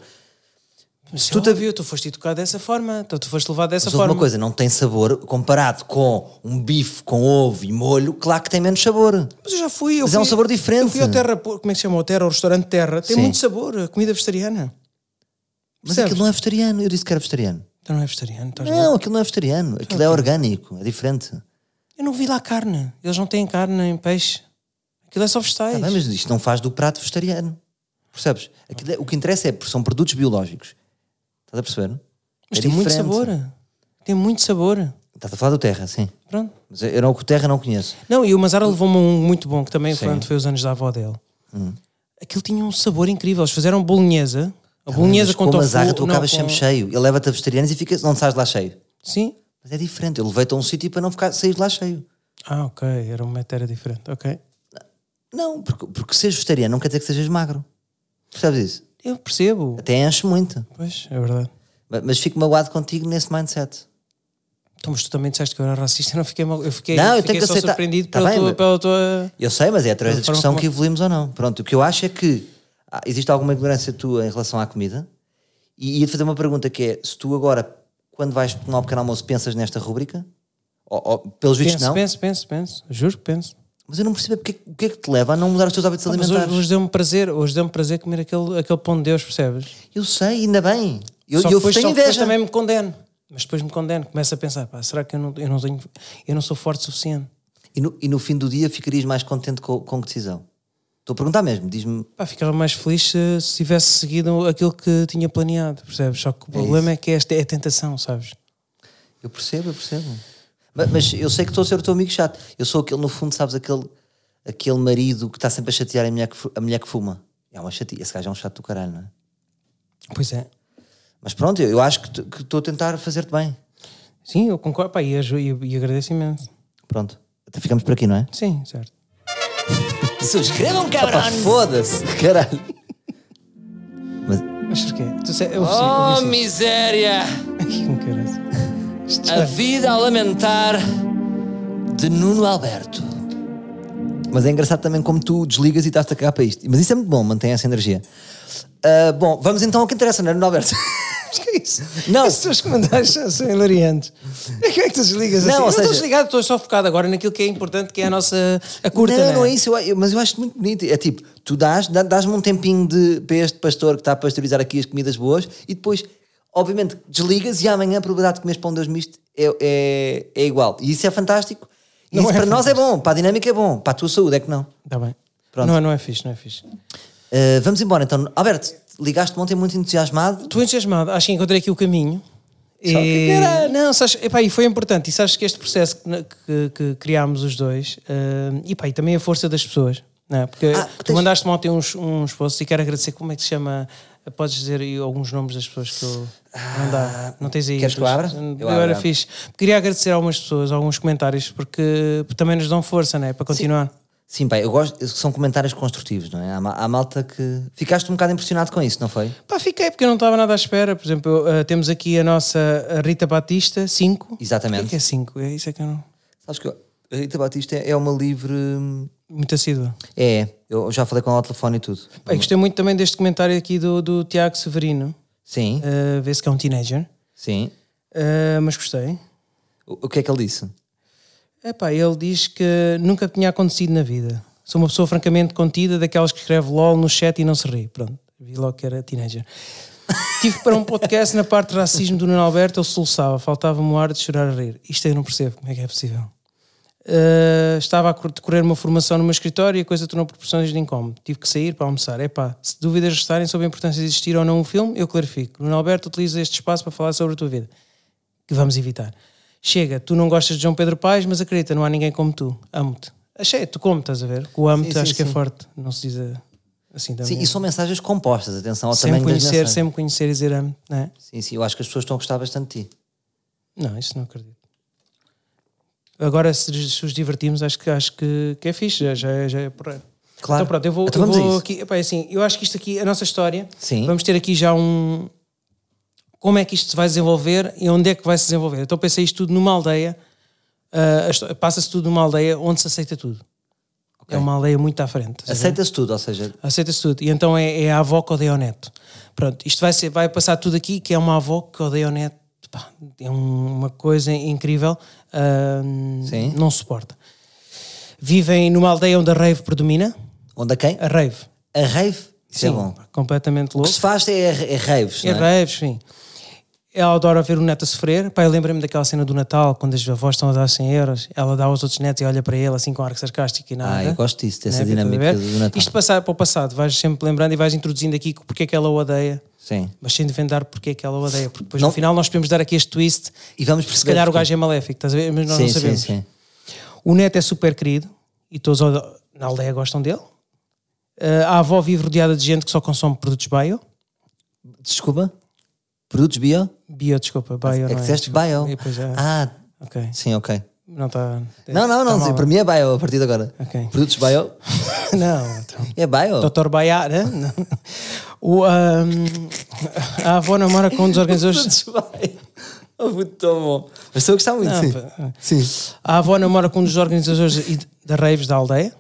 A: Se tu te viu, é tu foste educado dessa forma, então tu foste levado dessa
B: Mas houve
A: forma.
B: uma coisa, não tem sabor comparado com um bife com ovo e molho, claro que tem menos sabor.
A: Mas eu já fui. Eu
B: Mas é
A: fui-
B: um sabor diferente.
A: Eu fui ao Terra, Pô- como é que se chama? O Terra, o restaurante Terra. Tem
B: Sim.
A: muito sabor, a comida vegetariana.
B: Mas
A: Percebes?
B: aquilo não é vegetariano. Eu disse que era vegetariano.
A: Então não é vegetariano. estás louco.
B: Não, aquilo não é vegetariano. Aquilo é orgânico, é diferente.
A: Eu não vi lá carne. Eles não têm carne nem peixe. Aquilo é só vegetais.
B: Tá bem, mas isto não faz do prato vegetariano. Percebes? Aquilo é- o que interessa é porque são produtos biológicos. Estás a perceber?
A: Mas
B: É
A: tem muito
B: diferente.
A: sabor. Tem muito sabor.
B: Estás a falar do terra, sim.
A: Pronto.
B: Mas eu não, o terra não conheço.
A: Não, e o Mazara levou-me um muito bom, que também foi onde foi os anos da avó dele.
B: Hum.
A: Aquilo tinha um sabor incrível. Eles fizeram bolonhesa. A bolonhesa
B: Mas
A: com
B: com
A: tofu.
B: mazarra tu
A: não,
B: acabas
A: com-
B: sempre cheio. Ele leva-te a vegetarianos e fica, não sais de lá cheio.
A: Sim.
B: Mas é diferente. Eu levei-te a um sítio para não ficar, sair de lá cheio.
A: Ah, ok. Era uma matéria diferente. Ok.
B: Não, porque, porque seres vegetariano não quer dizer que sejas magro. Percebes isso?
A: Eu percebo.
B: Até enche muito.
A: Pois, é verdade.
B: Mas, mas fico magoado contigo nesse mindset.
A: Então, mas tu também disseste que eu era racista, não fiquei mal. Eu fiquei,
B: Não, eu
A: fiquei
B: tenho que
A: só
B: aceitar.
A: surpreendido
B: Tá
A: pela,
B: bem,
A: tua,
B: mas-
A: pela tua.
B: Eu sei, mas é através da
A: Foram
B: discussão
A: como-
B: que evoluímos ou não. Pronto, o que eu acho é que ah, existe alguma ignorância tua em relação à comida e ia te fazer uma pergunta que é se tu agora, quando vais tomar um pequeno almoço, pensas nesta rúbrica? Ou, ou, pelos vistos
A: Penso,
B: não,
A: penso, penso, penso. Juro que penso.
B: mas eu não percebo porque, é que- o que é que te leva a não mudar os teus hábitos
A: Ah, Mas
B: alimentares.
A: hoje, hoje deu-me prazer, hoje deu-me prazer comer aquele, aquele pão de Deus, percebes?
B: Eu sei, ainda bem. Eu,
A: só que
B: eu
A: depois, só
B: tenho
A: que depois
B: inveja.
A: também me condeno. Mas depois me condeno, começo a pensar, pá, será que eu não, eu não tenho, eu não sou forte o suficiente?
B: E, no, e no fim do dia ficarias mais contente com, com que decisão? Estou a perguntar mesmo, diz-me.
A: Pá, ficava mais feliz se, se tivesse seguido aquilo que tinha planeado, percebes? Só que o problema é, que esta é a tentação, sabes?
B: Eu percebo, eu percebo. Mas, mas eu sei que estou a ser o teu amigo chato. Eu sou aquele, no fundo, sabes, aquele, aquele marido que está sempre a chatear a mulher que, fu- a mulher que fuma. É uma chatia. Esse gajo é um chato do caralho, não é?
A: Pois é.
B: Mas pronto, eu, eu acho que t- que estou a tentar fazer-te bem.
A: Sim, eu concordo, pá, e, aju- e, e agradeço imenso.
B: Pronto. Até ficamos por aqui, não é?
A: Sim, certo.
B: Subscrevam, cabrão! Foda-se,
C: (laughs)
B: caralho. Mas,
A: Mas porquê? é? Tu sei, eu
C: Oh, miséria!
A: (laughs) Ai, um caralho.
B: Ah.
A: Isto
C: A
A: é-
C: vida a lamentar.
B: de Nuno Alberto. Mas é engraçado também como tu desligas e estás-te a cagar para isto. Mas isso é muito bom, mantém essa energia. Ah, bom, vamos então ao que interessa, não é, Nuno Alberto?
A: Mas que é isso?
B: Não.
A: As tuas comentários são- são hilariantes. (laughs) É que é que tu desligas
B: Não,
A: assim?
B: ou
A: Eu Não,
B: seja-
A: estou desligado, estou só focado agora naquilo que é importante, que é a nossa a curta. né?
B: não, não é
A: isso.
B: isso, eu- eu- mas eu acho muito bonito. É tipo, tu dás, dá- dás-me um tempinho de, para este pastor que está a pasteurizar aqui as comidas boas e depois, obviamente, desligas e amanhã a probabilidade de comer pão de Deus misto é, é, é igual. E isso é fantástico. E
A: Não
B: isso
A: é
B: para nós é bom, para a dinâmica é bom, para a tua saúde é que não.
A: Está Tá bem.
B: Pronto.
A: Não, não é fixe, não é fixe.
B: Ah, vamos embora então. Alberto, ligaste ontem muito entusiasmado.
A: Estou entusiasmado, acho que encontrei aqui o caminho.
B: Só que caralho.
A: não, sabes, epá, e foi importante. E sabes que este processo que, que- que criámos os dois, eh, epá, e também a força das pessoas, não é? Porque
B: Ah,
A: tu
B: tens-
A: mandaste-me ontem uns, uns posts e quero agradecer. Como é que se chama? Podes dizer aí alguns nomes das pessoas que eu. Não dá, não tens aí.
B: Ah, Queres que eu
A: pois-
B: abra? Eu
A: Eu,
B: abro,
A: era
B: abro.
A: fixe. Queria agradecer a algumas pessoas, a alguns comentários, porque também nos dão força, não é? Para continuar.
B: Sim, pai, eu gosto. São comentários construtivos, não é? Há, ma- há malta que. Ficaste um bocado impressionado com isso, não foi?
A: Pá, fiquei porque eu não estava nada à espera. Por exemplo, eu, eh, temos aqui a nossa Rita Batista, 5.
B: Exatamente.
A: O que é que é 5? É isso é que eu não.
B: Sabes que eu- a Rita Batista é é uma livre.
A: Muito assídua.
B: É, eu já falei com ela ao telefone e tudo.
A: Bem, gostei muito também deste comentário aqui do, do Tiago Severino.
B: Sim,
A: Uh, Vê-se que é um teenager.
B: sim.
A: Uh, mas gostei.
B: O, o que é que ele disse?
A: Epá, ele diz que nunca tinha acontecido na vida. Sou uma pessoa francamente contida, daquelas que escreve LOL no chat e não se ri. Pronto, vi logo que era teenager. Tive para um podcast na parte de racismo do Nuno Alberto, eu soluçava, faltava-me o ar de chorar a rir. Isto eu não percebo, como é que é possível? Uh, estava a cor- decorrer uma formação no meu escritório e a coisa tornou proporções de incómodo. Tive que sair para almoçar. Epá, se dúvidas restarem sobre a importância de existir ou não um filme, eu clarifico. Nuno Alberto utiliza este espaço para falar sobre a tua vida que vamos evitar. Chega, tu não gostas de João Pedro Paes, mas acredita, não há ninguém como tu. Amo-te. Achei, tu como, estás a ver? O amo-te
B: Sim, sim,
A: acho que é
B: sim.
A: forte, não se diz a... Assim, da
B: Sim,
A: minha-
B: e são mensagens compostas, atenção ao
A: sempre
B: tamanho das
A: conhecer,
B: mensagens.
A: sempre conhecer e dizer amo, não é?
B: Sim, sim, eu acho que as pessoas estão a gostar bastante de ti.
A: Não, isso não acredito. Agora, se, se os divertimos, acho que, acho que, que é fixe, já, já, já é porreiro.
B: Claro.
A: Então pronto, eu vou,
B: Então
A: eu
B: vamos a
A: vou
B: isso.
A: aqui. epá, é assim, eu acho que isto aqui, a nossa história,
B: Sim.
A: vamos ter aqui já um. Como é que isto se vai desenvolver e onde é que vai se desenvolver? Então pensei isto tudo numa aldeia, ah, a histó- passa-se tudo numa aldeia onde se aceita tudo. É uma aldeia muito à frente. estás a ver?
B: Aceita-se tudo, ou seja,
A: Aceita-se tudo. E então é, é a avó que odeia o neto. Pronto, isto vai, ser, vai passar tudo aqui, que é uma avó que odeia o neto. Pá, é um- uma coisa incrível. Ah,
B: Sim.
A: Não suporta. Vivem numa aldeia onde a rave predomina.
B: onde a quem?
A: A rave.
B: A rave? Isso é
A: Sim,
B: bom.
A: pá, completamente
B: O
A: louco.
B: que se faz é, é raves,
A: É
B: não é?
A: raves, sim. Ela adora ver o neto a sofrer. Pai, lembra-me daquela cena do Natal, quando as avós estão a dar 100 euros, ela dá aos outros netos e olha para ele assim com ar sarcástico e nada.
B: Ah, eu gosto disso, dessa
A: Né? Estás a
B: dinâmica
A: ver?
B: do Natal.
A: Isto passar para o passado, vais sempre lembrando e vais introduzindo aqui porque é que ela o odeia,
B: Sim.
A: mas sem inventar porque é que ela o odeia, porque depois
B: Não-
A: no final nós podemos dar aqui este twist.
B: E vamos
A: Se
B: perceber.
A: calhar o
B: porquê.
A: gajo é maléfico, estás a ver? Mas nós
B: Sim,
A: não
B: sim,
A: sabemos.
B: sim.
A: O neto é super querido e todos ao- na aldeia gostam dele. Ah, a avó vive rodeada de gente que só consome produtos bio.
B: Desculpa? Produtos bio?
A: Bio, desculpa, bio.
B: é
A: não
B: que disseste
A: Desculpa.
B: bio.
A: E depois já-
B: Ah,
A: Ok.
B: sim, ok.
A: Não está.
B: Não, não, não,
A: É, tá
B: sim,
A: mal.
B: para mim é bio a partir de agora.
A: Ok. (laughs)
B: Produtos bio?
A: Não, então.
B: É bio.
A: Doutor Baiá, né? (laughs) O, ahm, a avó namora com um dos organizadores.
B: Produtos bio. (laughs) Oh, muito tão bom. Mas estou a gostar muito,
A: Ah,
B: sim.
A: pá.
B: Sim.
A: A avó namora com um dos organizadores e de- da Raves da aldeia.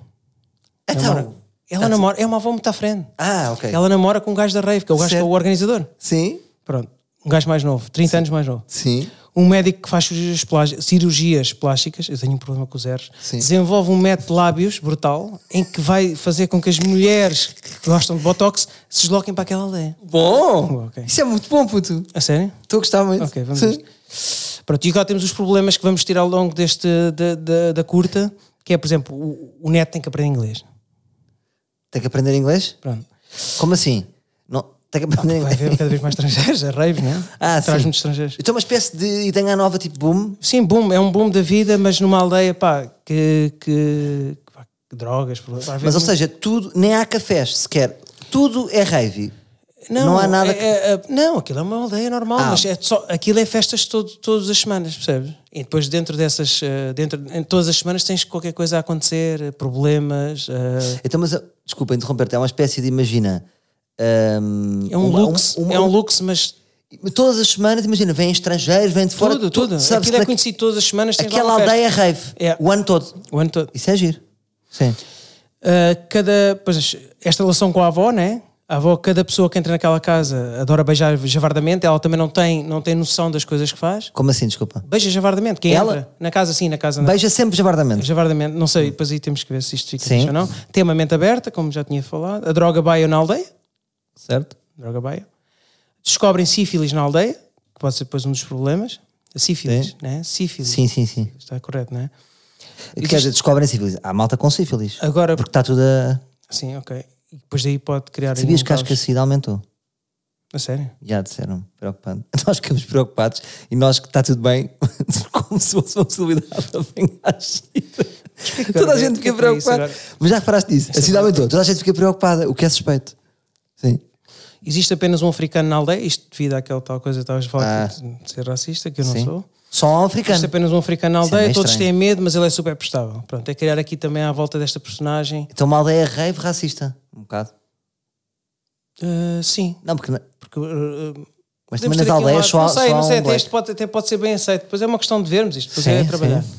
A: Namora-
B: Então.
A: Ela namora, é uma avó muito à frente.
B: Ah, ok.
A: Ela namora com um gajo da Rave, que é o gajo que é
B: Certo.
A: o organizador.
B: Sim,
A: Pronto, um gajo mais novo, 30 anos mais novo.
B: sim.
A: Um médico que faz cirurgias plás- cirurgias plásticas, eu tenho um problema com os erros,
B: Sim.
A: desenvolve um método de lábios brutal em que vai fazer com que as mulheres que gostam de Botox se desloquem para aquela aldeia.
B: Bom!
A: Ok.
B: Isso é muito bom, puto.
A: A sério?
B: Estou a gostar muito.
A: Ok, vamos a
B: Sim.
A: isto. Pronto, e agora temos os problemas que vamos ter ao longo deste, da, da, da curta, que é, por exemplo, o, o neto tem que aprender inglês.
B: Tem que aprender inglês?
A: Pronto.
B: Como assim? Não, tem que aprender
A: Vai
B: inglês.
A: haver cada vez mais estrangeiros, (laughs) a raves, não é?
B: Ah,
A: Traz
B: sim.
A: muitos estrangeiros.
B: Então, uma espécie de ideia nova, tipo boom.
A: Sim, boom, é um boom da vida, mas numa aldeia, pá, que, que, que, pá, que drogas, problemas. Vai haver
B: Mas, ou
A: muito-
B: seja, tudo, nem há cafés sequer. Tudo é rave. Não, há nada.
A: é-
B: que-
A: é- é- não, aquilo é uma aldeia normal,
B: Ah.
A: mas é só, aquilo é festas todo, todas as semanas, percebes? E depois dentro dessas, eh, dentro, em todas as semanas tens qualquer coisa a acontecer, eh, problemas. eh,
B: Então, mas, eu- desculpa interromper-te, é uma espécie de, imagina. hum,
A: é um
B: uma-
A: luxo,
B: uma-
A: é um luxo, mas
B: Todas as semanas, imagina, vêm estrangeiros, vêm de fora.
A: tudo,
B: tu-
A: tudo.
B: Sabes,
A: aquilo é
B: na-
A: conhecido todas as semanas, tens lá
B: aquela
A: uma festa.
B: aldeia é rave.
A: É.
B: O ano todo.
A: O ano todo.
B: Isso é giro. Sim.
A: Uh, cada, pois, esta relação com a avó, né? A avó, cada pessoa que entra naquela casa adora beijar javardamente, ela também não tem, não tem noção das coisas que faz.
B: Como assim, desculpa?
A: Beija javardamente, quem
B: Ela?
A: entra? Na casa, sim, na casa. Não.
B: Beija sempre javardamente.
A: Javardamente, não sei, depois aí temos que ver se isto fica
B: Sim.
A: fixe ou não. Tem uma mente aberta, como já tinha falado. A droga baia na aldeia.
B: Certo?
A: Droga baia. Descobrem sífilis na aldeia, que pode ser depois um dos problemas. A sífilis,
B: Sim.
A: né? Sífilis.
B: Sim, sim, sim.
A: Está correto, né?
B: Quer dizer, descobrem sífilis. Há malta com sífilis.
A: Agora,
B: Porque está tudo a.
A: sim, ok. E depois daí pode criar. aí
B: Sabias
A: um
B: que acho que a
A: caos.
B: SIDA aumentou?
A: A sério?
B: Já disseram, preocupante. (laughs) Nós ficamos preocupados e nós que está tudo bem, (laughs) como se fosse uma possibilidade de apanhar a SIDA. Toda a
A: agora-
B: gente
A: porquê
B: fica
A: que é isso
B: preocupada.
A: agora? é
B: Mas já reparaste disso? A SIDA aumentou, toda a gente fica preocupada, o que é suspeito. Sim.
A: Existe apenas um africano na aldeia, isto devido àquela tal coisa que estavas a falar
B: Ah.
A: de de ser racista, que eu não
B: Sim.
A: sou.
B: Só há um
A: Existe
B: africano.
A: apenas um africano na
B: Isso é
A: aldeia,
B: meio
A: todos
B: estranho.
A: têm medo, mas ele é super prestável. Pronto, é criar aqui também à volta desta personagem.
B: Então uma aldeia rave racista. Um bocado.
A: Ah, sim,
B: Não, porque. na-
A: porque. ah, podemos
B: Mas também
A: ter
B: nas
A: aqui um
B: aldeias
A: lado-
B: só, há-
A: Não sei,
B: só há
A: não sei,
B: um
A: até
B: black.
A: isto pode, até pode ser bem aceito. Depois é uma questão de vermos isto, depois
B: Sim,
A: é trabalhar.
B: sim.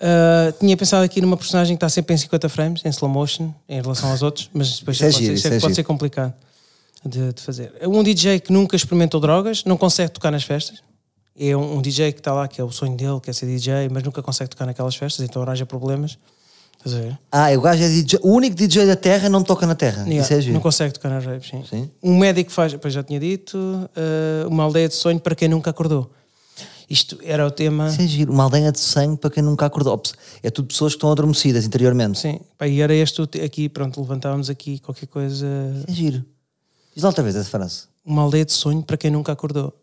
A: Ah, tinha pensado aqui numa personagem que está sempre em 50 frames, em slow motion, em relação aos outros, mas depois
B: Isso é
A: pode,
B: giro,
A: ser,
B: isso é
A: pode
B: giro.
A: ser complicado de, de fazer. Um DJ que nunca experimentou drogas, não consegue tocar nas festas. É um, um DJ que está lá, que é o sonho dele, quer ser DJ, mas nunca consegue tocar naquelas festas, então arranja problemas. Estás a ver?
B: Ah, o gajo é DJ. O único DJ da Terra não toca na Terra. Isso é
A: Yeah,
B: giro.
A: não consegue tocar nas raves, sim.
B: Sim.
A: Um médico faz, pois já tinha dito, eh, uma aldeia de sonho para quem nunca acordou. Isto era o tema.
B: Isso é giro. Uma aldeia de sangue para quem nunca acordou. É tudo pessoas que estão adormecidas interiormente.
A: Sim, pá, e era este o te- aqui, pronto, levantávamos aqui qualquer coisa.
B: É giro. Diz lá outra vez essa frase.
A: Uma aldeia de sonho para quem nunca acordou.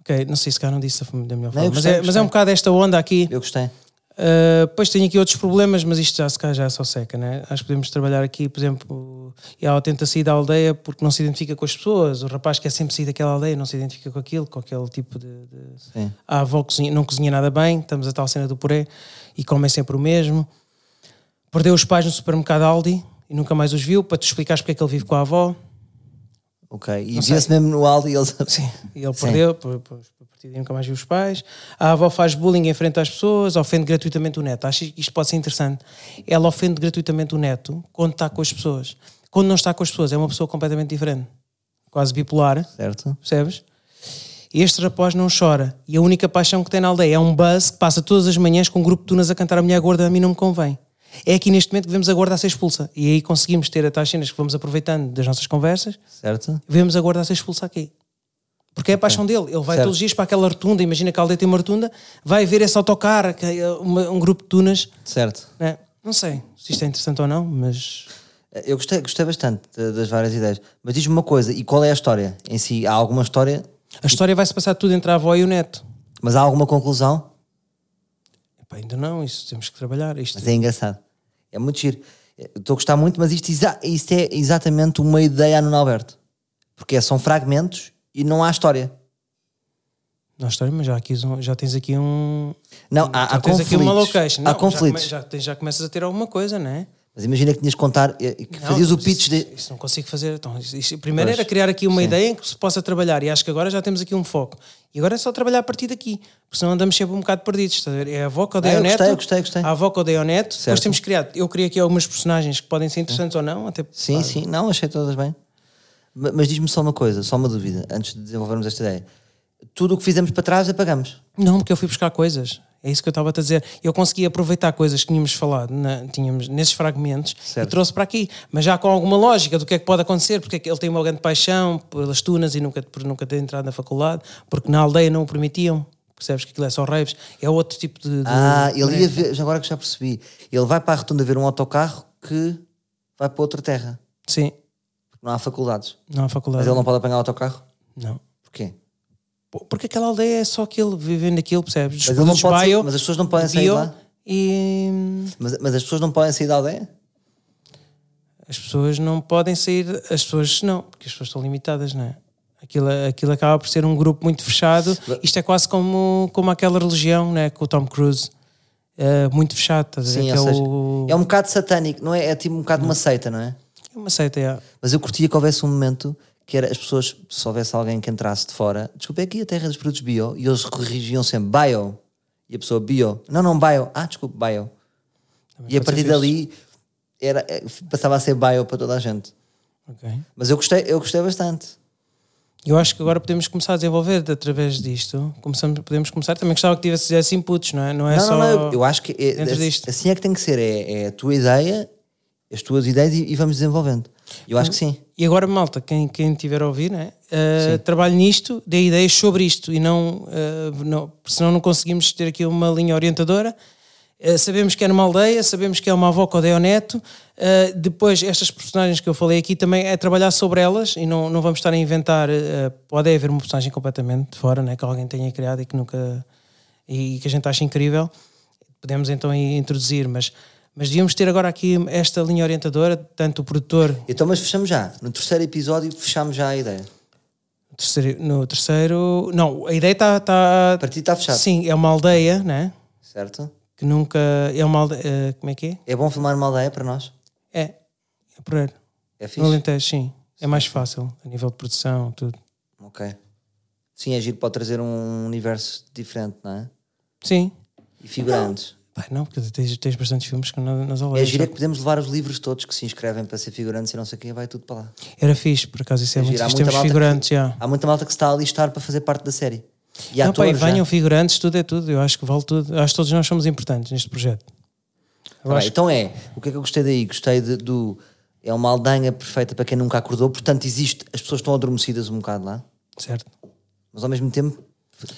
A: Ok, não sei se cá não disse da forma- da melhor forma, mas,
B: gostei,
A: é, mas é
B: gostei.
A: um bocado esta onda aqui.
B: Eu gostei.
A: Ah, Uh, pois tenho aqui outros problemas, mas isto já se calhar já só seca, né? Acho que podemos trabalhar aqui, por exemplo, E ela tenta sair da aldeia porque não se identifica com as pessoas. O rapaz quer sempre sair daquela aldeia, não se identifica com aquilo, com aquele tipo de. de- Ah,
B: Sim.
A: A avó cozinha- não cozinha nada bem, estamos a tal cena do puré e comem sempre o mesmo. Perdeu os pais no supermercado Aldi e nunca mais os viu para te explicares porque é que ele vive com a avó.
B: Ok. E via-se mesmo no Aldi e (laughs) assim, eles.
A: Sim, e ele
B: Sim.
A: perdeu, por, por, por partir daí nunca mais viu os pais. A avó faz bullying em frente às pessoas, ofende gratuitamente o neto. Acho que isto pode ser interessante. Ela ofende gratuitamente o neto quando está com as pessoas. Quando não está com as pessoas, é uma pessoa completamente diferente, quase bipolar,
B: Certo?
A: percebes? Este rapaz não chora e a única paixão que tem na aldeia é um buzz que passa todas as manhãs com um grupo de tunas a cantar a mulher gorda, a mim não me convém. É aqui neste momento que vemos a gorda a ser expulsa e aí conseguimos ter até as cenas que vamos aproveitando das nossas conversas
B: Certo?
A: vemos a guarda ser expulsa aqui. Porque é a paixão dele. Ele vai
B: Certo.
A: todos os dias para aquela rotunda, imagina que a aldeia tem uma rotunda, vai ver esse autocarro, que é uma- um grupo de tunas.
B: Certo.
A: né? Não sei se isto é interessante ou não, mas
B: Eu gostei, gostei bastante da- das várias ideias. Mas diz-me uma coisa, e qual é a história em si? Há alguma história,
A: a história vai-se passar tudo entre a avó e o neto.
B: mas há alguma conclusão?
A: Epá, ainda não, isso temos que trabalhar. Isto
B: Mas é engraçado. É muito giro. Eu Estou a gostar muito, mas isto, exa- isto é exatamente uma ideia a Nuno Alberto. Porque são fragmentos e não há história.
A: não é história, mas já, aqui, já tens aqui um.
B: Não,
A: já
B: há, há
A: tens
B: conflitos.
A: aqui uma location. Não,
B: há conflitos.
A: Já, come- já, tens- já começas a ter alguma coisa, não é?
B: Mas imagina que tinhas de contar, eh, que
A: Não,
B: fazias o
A: mas
B: pitch
A: isso,
B: de.
A: isso não consigo fazer. Então, isso- isso- primeiro
B: Pois,
A: era criar aqui uma ideia em que se possa trabalhar e acho que agora já temos aqui um foco. E agora é só trabalhar a partir daqui, porque senão andamos sempre um bocado perdidos. estás a ver? É a avó que odeia
B: Ah, eu
A: o neto.
B: gostei, eu gostei, eu gostei.
A: A avó que odeia o neto. Depois
B: Certo.
A: temos criado. Eu criei aqui algumas personagens que podem ser interessantes ou não. Até,
B: Sim, sim, não, achei todas bem. Ma- Mas diz-me só uma coisa, só uma dúvida, antes de desenvolvermos esta ideia. Tudo o que fizemos para trás apagamos.
A: Não, porque eu fui buscar coisas. É isso que eu estava a dizer. Eu consegui aproveitar coisas que tínhamos falado na- tínhamos nesses fragmentos
B: Certo.
A: e trouxe para aqui. Mas já com alguma lógica do que é que pode acontecer, porque é que ele tem uma grande paixão pelas tunas e nunca, por nunca ter entrado na faculdade, porque na aldeia não o permitiam. Percebes que aquilo é só raves? É outro tipo de. de-
B: Ah,
A: de
B: ele ia
A: maneira.
B: ver, já agora que já percebi, ele vai para a rotunda ver um autocarro que vai para outra terra,
A: Sim,
B: porque não há faculdades.
A: não há faculdade.
B: Mas ele não pode apanhar o autocarro?
A: não.
B: Porquê?
A: Pô, Porque aquela aldeia é só aquele vivendo aquilo, percebes? Dos
B: Mas, ele não
A: produtos
B: pode sair-
A: bio,
B: mas as pessoas não podem sair
A: bio,
B: lá?
A: E. hum,
B: Mas, mas as pessoas não podem sair da aldeia?
A: As pessoas não podem sair, as pessoas não, porque as pessoas estão limitadas, não é? Aquilo, aquilo acaba por ser um grupo muito fechado. Isto é quase como, como aquela religião, né? Com o Tom Cruise, Eh, muito fechado. Estás a ver?
B: Sim,
A: que
B: ou
A: é,
B: seja,
A: o-
B: é um bocado satânico, não é? É tipo um bocado uma seita, não é?
A: é uma seita. é.
B: Mas eu curtia que houvesse um momento que era as pessoas, se houvesse alguém que entrasse de fora, desculpa, é aqui a terra dos produtos bio, e eles corrigiam sempre bio, e a pessoa bio, não, não, bio, ah, desculpe, bio. e a
A: pode
B: partir
A: ser fixe.
B: dali era, eh, passava a ser bio para toda a gente.
A: Ok.
B: Mas eu gostei, eu gostei bastante.
A: Eu acho que agora podemos começar a desenvolver através disto. Começamos, podemos começar. Também gostava que tivesse esses inputs, não é? Não é
B: não,
A: só.
B: não, não, eu, eu acho que é-
A: dentro
B: assim,
A: disto.
B: assim é que tem que ser, é, é a tua ideia, as tuas ideias e, e vamos desenvolvendo. Eu acho que sim.
A: E agora, malta, quem, quem tiver a ouvir, né? uh, trabalhe nisto, dê ideias sobre isto e não, uh, não, porque senão não conseguimos ter aqui uma linha orientadora. Uh, sabemos que é numa aldeia, sabemos que é uma avó que odeia o neto. Uh, depois, estas personagens que eu falei aqui também é trabalhar sobre elas e não, não vamos estar a inventar. uh, pode haver uma personagem completamente de fora, né? que alguém tenha criado e que nunca. e que a gente acha incrível podemos então aí introduzir, mas, mas devíamos ter agora aqui esta linha orientadora, tanto o produtor
B: Então, mas fechamos já. No terceiro episódio, fechamos já a ideia.
A: no terceiro, no terceiro- não, a ideia está... Tá,
B: Para ti está fechado.
A: sim, é uma aldeia, né?
B: Certo?
A: Que nunca... é uma aldeia, eh, como é que
B: É bom filmar uma aldeia para nós?
A: é? É, é por aí.
B: É fixe?
A: No Alentejo, sim. É mais fácil, a nível de produção, tudo.
B: Ok. Sim, é giro, pode trazer um universo diferente, não é?
A: Sim.
B: E figurantes.
A: Pá, não, porque tens, tens bastantes filmes que na- nas
B: É
A: aldeias.
B: giro é que podemos levar os livros todos que se inscrevem para ser figurantes e não sei o quê, vai tudo para lá.
A: Era fixe, por acaso, isso é,
B: É
A: muito
B: giro, há
A: fixe.
B: muita
A: Temos
B: malta
A: figurantes, já.
B: Há muita malta que se está a listar para fazer parte da série. E há
A: Não, pá, e
B: atores, né? já.
A: venham figurantes, tudo é tudo. Eu acho que vale tudo. Eu acho que todos nós somos importantes neste projeto. Eu
B: Tá bem,
A: acho
B: Então é, o que é que eu gostei daí? Gostei de- do. É uma aldanha perfeita para quem nunca acordou, portanto existe. As pessoas estão adormecidas um bocado lá,
A: que- certo.
B: mas ao mesmo tempo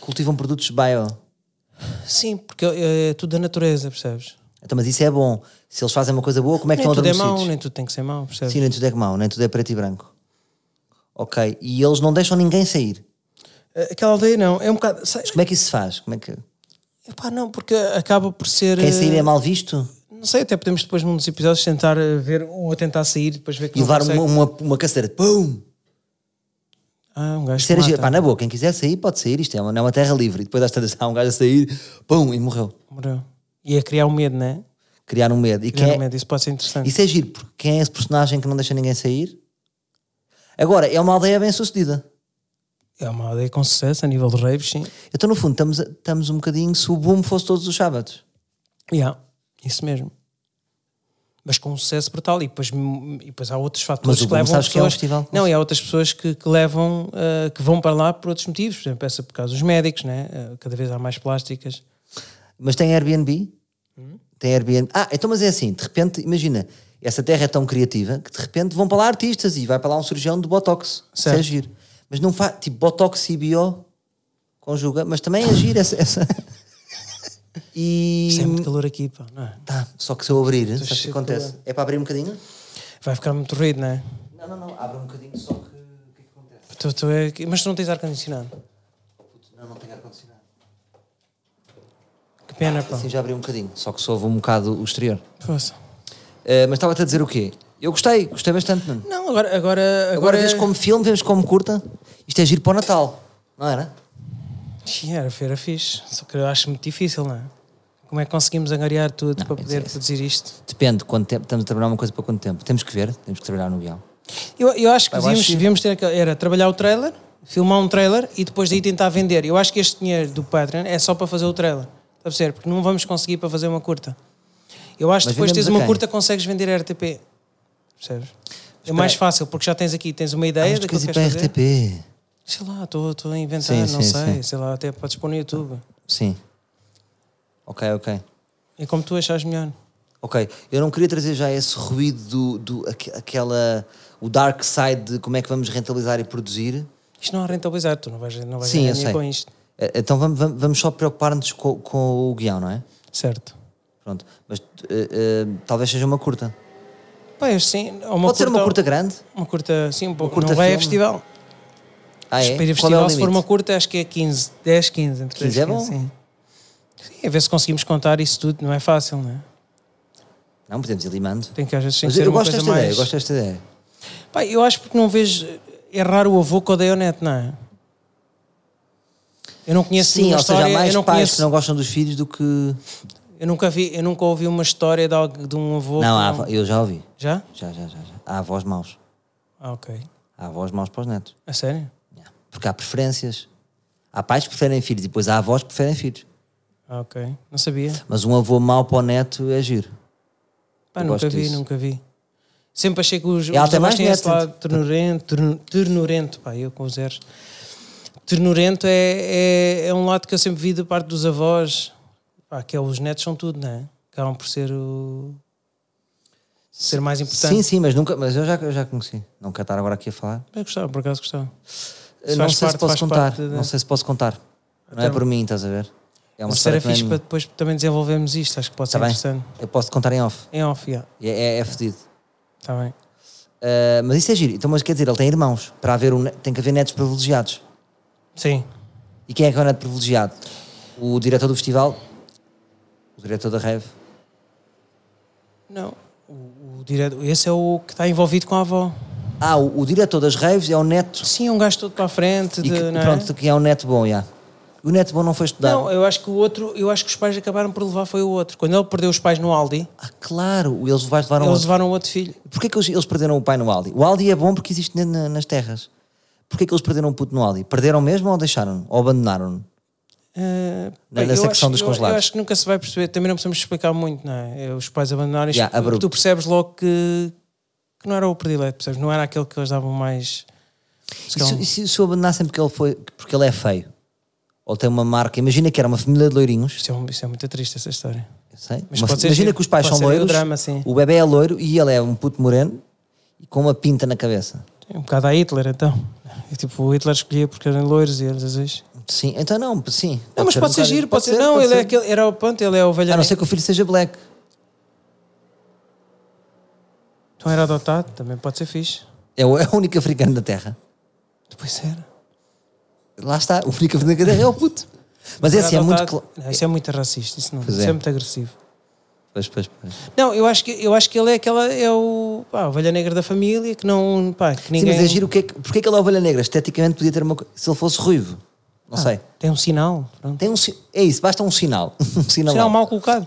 B: cultivam produtos bio.
A: Sim, porque eh, é tudo da natureza, percebes?
B: Então, mas isso é bom. Se eles fazem uma coisa boa, como é que
A: nem
B: estão
A: tudo é
B: adormecidos?
A: mau, nem tudo tem que ser mau, percebes?
B: Sim, nem tudo é que mau, nem tudo é preto e branco. Ok, e eles não deixam ninguém sair.
A: Eh, Aquela aldeia não, é um bocado. Sei,
B: Como é que isso se faz? Como é que...
A: epá, não, porque acaba por ser.
B: Quem sair
A: eh,
B: é mal visto?
A: Não sei, até podemos depois num dos episódios tentar eh, ver ou tentar sair depois ver que
B: E
A: não
B: levar um
A: consegue.
B: uma, uma, uma caceira. Pum!
A: Ah, um gajo
B: Isto era
A: que
B: giro. Pá,
A: mata.
B: na boa, quem quiser sair pode sair. Isto é uma, não é uma terra livre. E depois às tantas há um gajo a sair, pum, e morreu.
A: Morreu. E a criar um medo, não é?
B: Criar um medo. E
A: Criar
B: quem
A: um
B: é-
A: medo, isso pode ser interessante.
B: Isso é giro, porque quem é esse personagem que não deixa ninguém sair? Agora, é uma aldeia bem sucedida.
A: É uma aldeia com sucesso a nível de raves, sim.
B: Então, no fundo, estamos, a- estamos um bocadinho se o boom fosse todos os sábados.
A: Yeah, isso mesmo. Mas com um sucesso brutal. E depois, e depois há outros
B: Mas
A: fatores
B: o
A: que
B: Boom
A: levam
B: sabes que é um
A: pessoas.
B: festival.
A: não, e há outras pessoas que, que levam, ah, que vão para lá por outros motivos. Por exemplo, essa por causa dos médicos, né? Ah, cada vez há mais plásticas.
B: Mas tem Airbnb?
A: Hum?
B: Tem Airbnb. Ah, então, mas é assim, de repente, imagina, essa terra é tão criativa que de repente vão para lá artistas e vai para lá um cirurgião de Botox. Isso é
A: Certo.
B: giro. Mas não faz, tipo, Botox e Bio conjuga, mas também é giro essa.
A: (laughs)
B: essa-
A: Isto é
B: E.
A: muito calor aqui, pá, não é?
B: Tá, só que se eu abrir, sabes o
A: cheio
B: que
A: de
B: acontece? É para abrir um bocadinho?
A: Vai ficar muito ruído, não é?
B: Não, não, não, abre um bocadinho só que. O que é que acontece?
A: Tu- tu é que- Mas tu não tens ar-condicionado.
B: Puto, não, não tem ar-condicionado.
A: Que pena, pá.
B: Assim já abriu um bocadinho, só que soube um bocado o exterior.
A: Poça.
B: Eh, mas estava-te a dizer o quê? Eu gostei, gostei bastante, mano.
A: Não, agora. Agora,
B: Agora é-
A: agora, é-
B: vês como filme, vês como curta. Isto é giro para o Natal, não era?
A: Sim, Era feira fixe. Só que eu acho muito difícil, não é? Como é que conseguimos angariar tudo para
B: eu
A: poder
B: sei.
A: produzir isto?
B: Depende, quanto tempo, estamos a trabalhar uma coisa para quanto tempo. Temos que ver, temos que trabalhar no guião.
A: Eu, eu acho que
B: Eu
A: devíamos,
B: acho que-
A: devíamos ter aquela- era trabalhar o trailer, filmar um trailer e depois daí tentar vender. Eu acho que este dinheiro do Patreon é só para fazer o trailer. Está a perceber? Porque não vamos conseguir para fazer uma curta. Eu acho que
B: Mas
A: depois
B: vendemos
A: tens
B: a
A: uma
B: quem?
A: curta consegues vender a RTP. Percebes? É
B: espera
A: mais
B: aí.
A: fácil, porque já tens aqui, tens uma
B: Ah,
A: ideia
B: mas tu
A: daquilo
B: queres
A: que
B: ir
A: queres
B: para a
A: fazer.
B: RTP.
A: Sei lá, estou estou a inventar,
B: Sim,
A: não
B: sim,
A: sei.
B: sim.
A: Sei lá, até podes pôr no YouTube.
B: Sim. Ok, ok.
A: É como tu achas melhor.
B: Ok, eu não queria trazer já esse ruído do, do aque- aquela o dark side de como é que vamos rentabilizar e produzir.
A: Isto não é rentabilizar, tu não vais, não vais
B: Sim,
A: ganhar
B: eu
A: dinheiro
B: sei.
A: com isto.
B: Eh, Então vamos, vamos- vamos só preocupar-nos co- com, o guião, não é?
A: Certo.
B: Pronto, mas eh, eh, talvez seja uma curta.
A: Pá, eu sim. ou uma
B: Pode ser uma curta grande?
A: Uma curta, sim, um pouco.
B: curta
A: não vai a
B: filme.
A: festival.
B: Ah, é?
A: Espera, ir a
B: Qual é o
A: festival, se for
B: limite?
A: uma curta, acho que é 15, 10, 15. Entre
B: 15
A: 10,
B: é bom.
A: Sim. Sim, a ver se conseguimos contar isso tudo, não é fácil, não é?
B: Não, podemos ir limando.
A: Tem que às vezes tem que
B: Mas
A: ser
B: eu
A: uma
B: gosto
A: coisa
B: desta
A: mais...
B: ideia, eu gosto desta ideia.
A: Pá, eu acho porque não vejo... É raro o avô que odeia o neto, não é? Eu não conheço
B: Sim,
A: nenhuma
B: ou seja, há
A: história, eu
B: mais
A: não
B: pais
A: conheço...
B: que não gostam dos filhos do que.
A: Eu, nunca vi, eu nunca ouvi uma história de, algu- de um avô...
B: não, há
A: que
B: avó- eu já ouvi.
A: Já?
B: Já, já, já, já. Há avós maus.
A: Ah, ok.
B: Há avós maus para os netos.
A: A sério?
B: Yeah. Porque há preferências. Há pais que preferem filhos e depois há avós que preferem filhos.
A: Ah, ok. Não sabia.
B: Mas um avô mau para o neto é giro.
A: Pá,
B: Eu
A: nunca
B: gosto
A: vi,
B: disso.
A: nunca vi. Sempre achei que os, os
B: E ela tem
A: avós
B: mais
A: têm esse
B: neto,
A: lado ternurento, ternu- ternurento, pá, eu com os zeros. Ternurento é, é, é um lado que eu sempre vi da parte dos avós, pá, que é os netos são tudo, não é? Acabam por ser o... Ser mais importante.
B: Sim, sim, mas nunca. Mas eu já, eu já conheci. Não quero estar agora aqui a falar.
A: Eu gostava, por acaso gostava.
B: Eh, não
A: faz
B: sei
A: parte-
B: se posso
A: faz
B: contar.
A: parte da-
B: Não sei se posso contar. Não é
A: Então-
B: por mim, estás a ver? É uma
A: Mas era
B: história que
A: fixe
B: não
A: para
B: é minha.
A: depois também desenvolvermos isto, acho que pode ser
B: Está bem?
A: interessante.
B: Eu posso te contar em off.
A: Em off, yeah.
B: E É, é, é fedido.
A: está bem.
B: Uh, mas isso é giro. Então, mas quer dizer, ele tem irmãos. Para haver um, ne- tem que haver netos privilegiados.
A: Sim,
B: E quem é que é o neto privilegiado? O diretor do festival? O diretor da Rave?
A: não, o, o direto, esse é o que está envolvido com a avó.
B: Ah, o, o diretor das Raves é o neto.
A: Sim, é um gajo todo para a frente,
B: E
A: de,
B: que,
A: não é?
B: pronto, que é um neto bom, já. O neto bom não foi estudar.
A: Não, eu acho que o outro, eu acho que os pais acabaram por levar foi o outro. Quando ele perdeu os pais no Aldi,
B: Ah, claro, eles vais levar um
A: eles
B: outro.
A: levaram o outro filho.
B: Porquê que eles, eles perderam o pai no Aldi? O Aldi é bom porque existe na- na- nas terras. Porquê que eles perderam o puto no Aldi? Perderam mesmo ou deixaram? Ou abandonaram?
A: Eh,
B: Na-
A: bem,
B: na
A: eu
B: secção
A: acho-
B: dos
A: eu-
B: congelados.
A: Eu acho que nunca se vai perceber, também não precisamos explicar muito, não é? Eh, Os pais abandonaram isto,
B: Já,
A: porque
B: abrupto.
A: tu percebes logo que, que não era o predileto, percebes? Não era aquele que eles davam mais.
B: E se, e se- se o abandonassem porque ele, foi, porque ele é feio? Ou tem uma marca? Imagina que era uma família de loirinhos.
A: Isto é, um- isto é muito triste essa história.
B: Eu sei.
A: Mas
B: Uma-
A: pode ser
B: imagina
A: giro.
B: que os pais
A: Pode
B: são
A: ser aí o
B: loiros,
A: drama, sim.
B: o bebê é loiro e ele é um puto moreno e com uma pinta na cabeça.
A: É um bocado a Hitler, então. E, tipo, o Hitler escolhia porque eram loiros e eles azuis.
B: Sim, então não, sim.
A: Não, mas
B: um
A: pode ser
B: bocado-
A: giro, pode, ser. Não,
B: pode
A: ele é aquele, era o ponto, ele é a ovelha.
B: A não
A: negra.
B: ser que o filho seja black.
A: Então era adotado, também pode ser fixe.
B: É o, é o único africano da Terra.
A: Depois era.
B: Lá está, o único africano da Terra é o puto. Mas é assim, é muito.
A: Adotado-
B: cla-
A: Não, isso é muito racista, isso não.
B: Pois
A: Isso é.
B: é.
A: muito agressivo.
B: Pois, pois, pois.
A: Não, eu acho que, eu acho que ele é aquela. É o. Pá, a ovelha negra da família que não. Pá, que ninguém.
B: Sim, mas é giro, o que é que, porque é que ele é ovelha negra? Esteticamente podia ter uma coisa. Se ele fosse ruivo, não sei.
A: Tem um sinal. Pronto.
B: Tem um, si- é isso, basta um sinal. (laughs) Um sinal,
A: Sinal mal
B: (laughs)
A: colocado.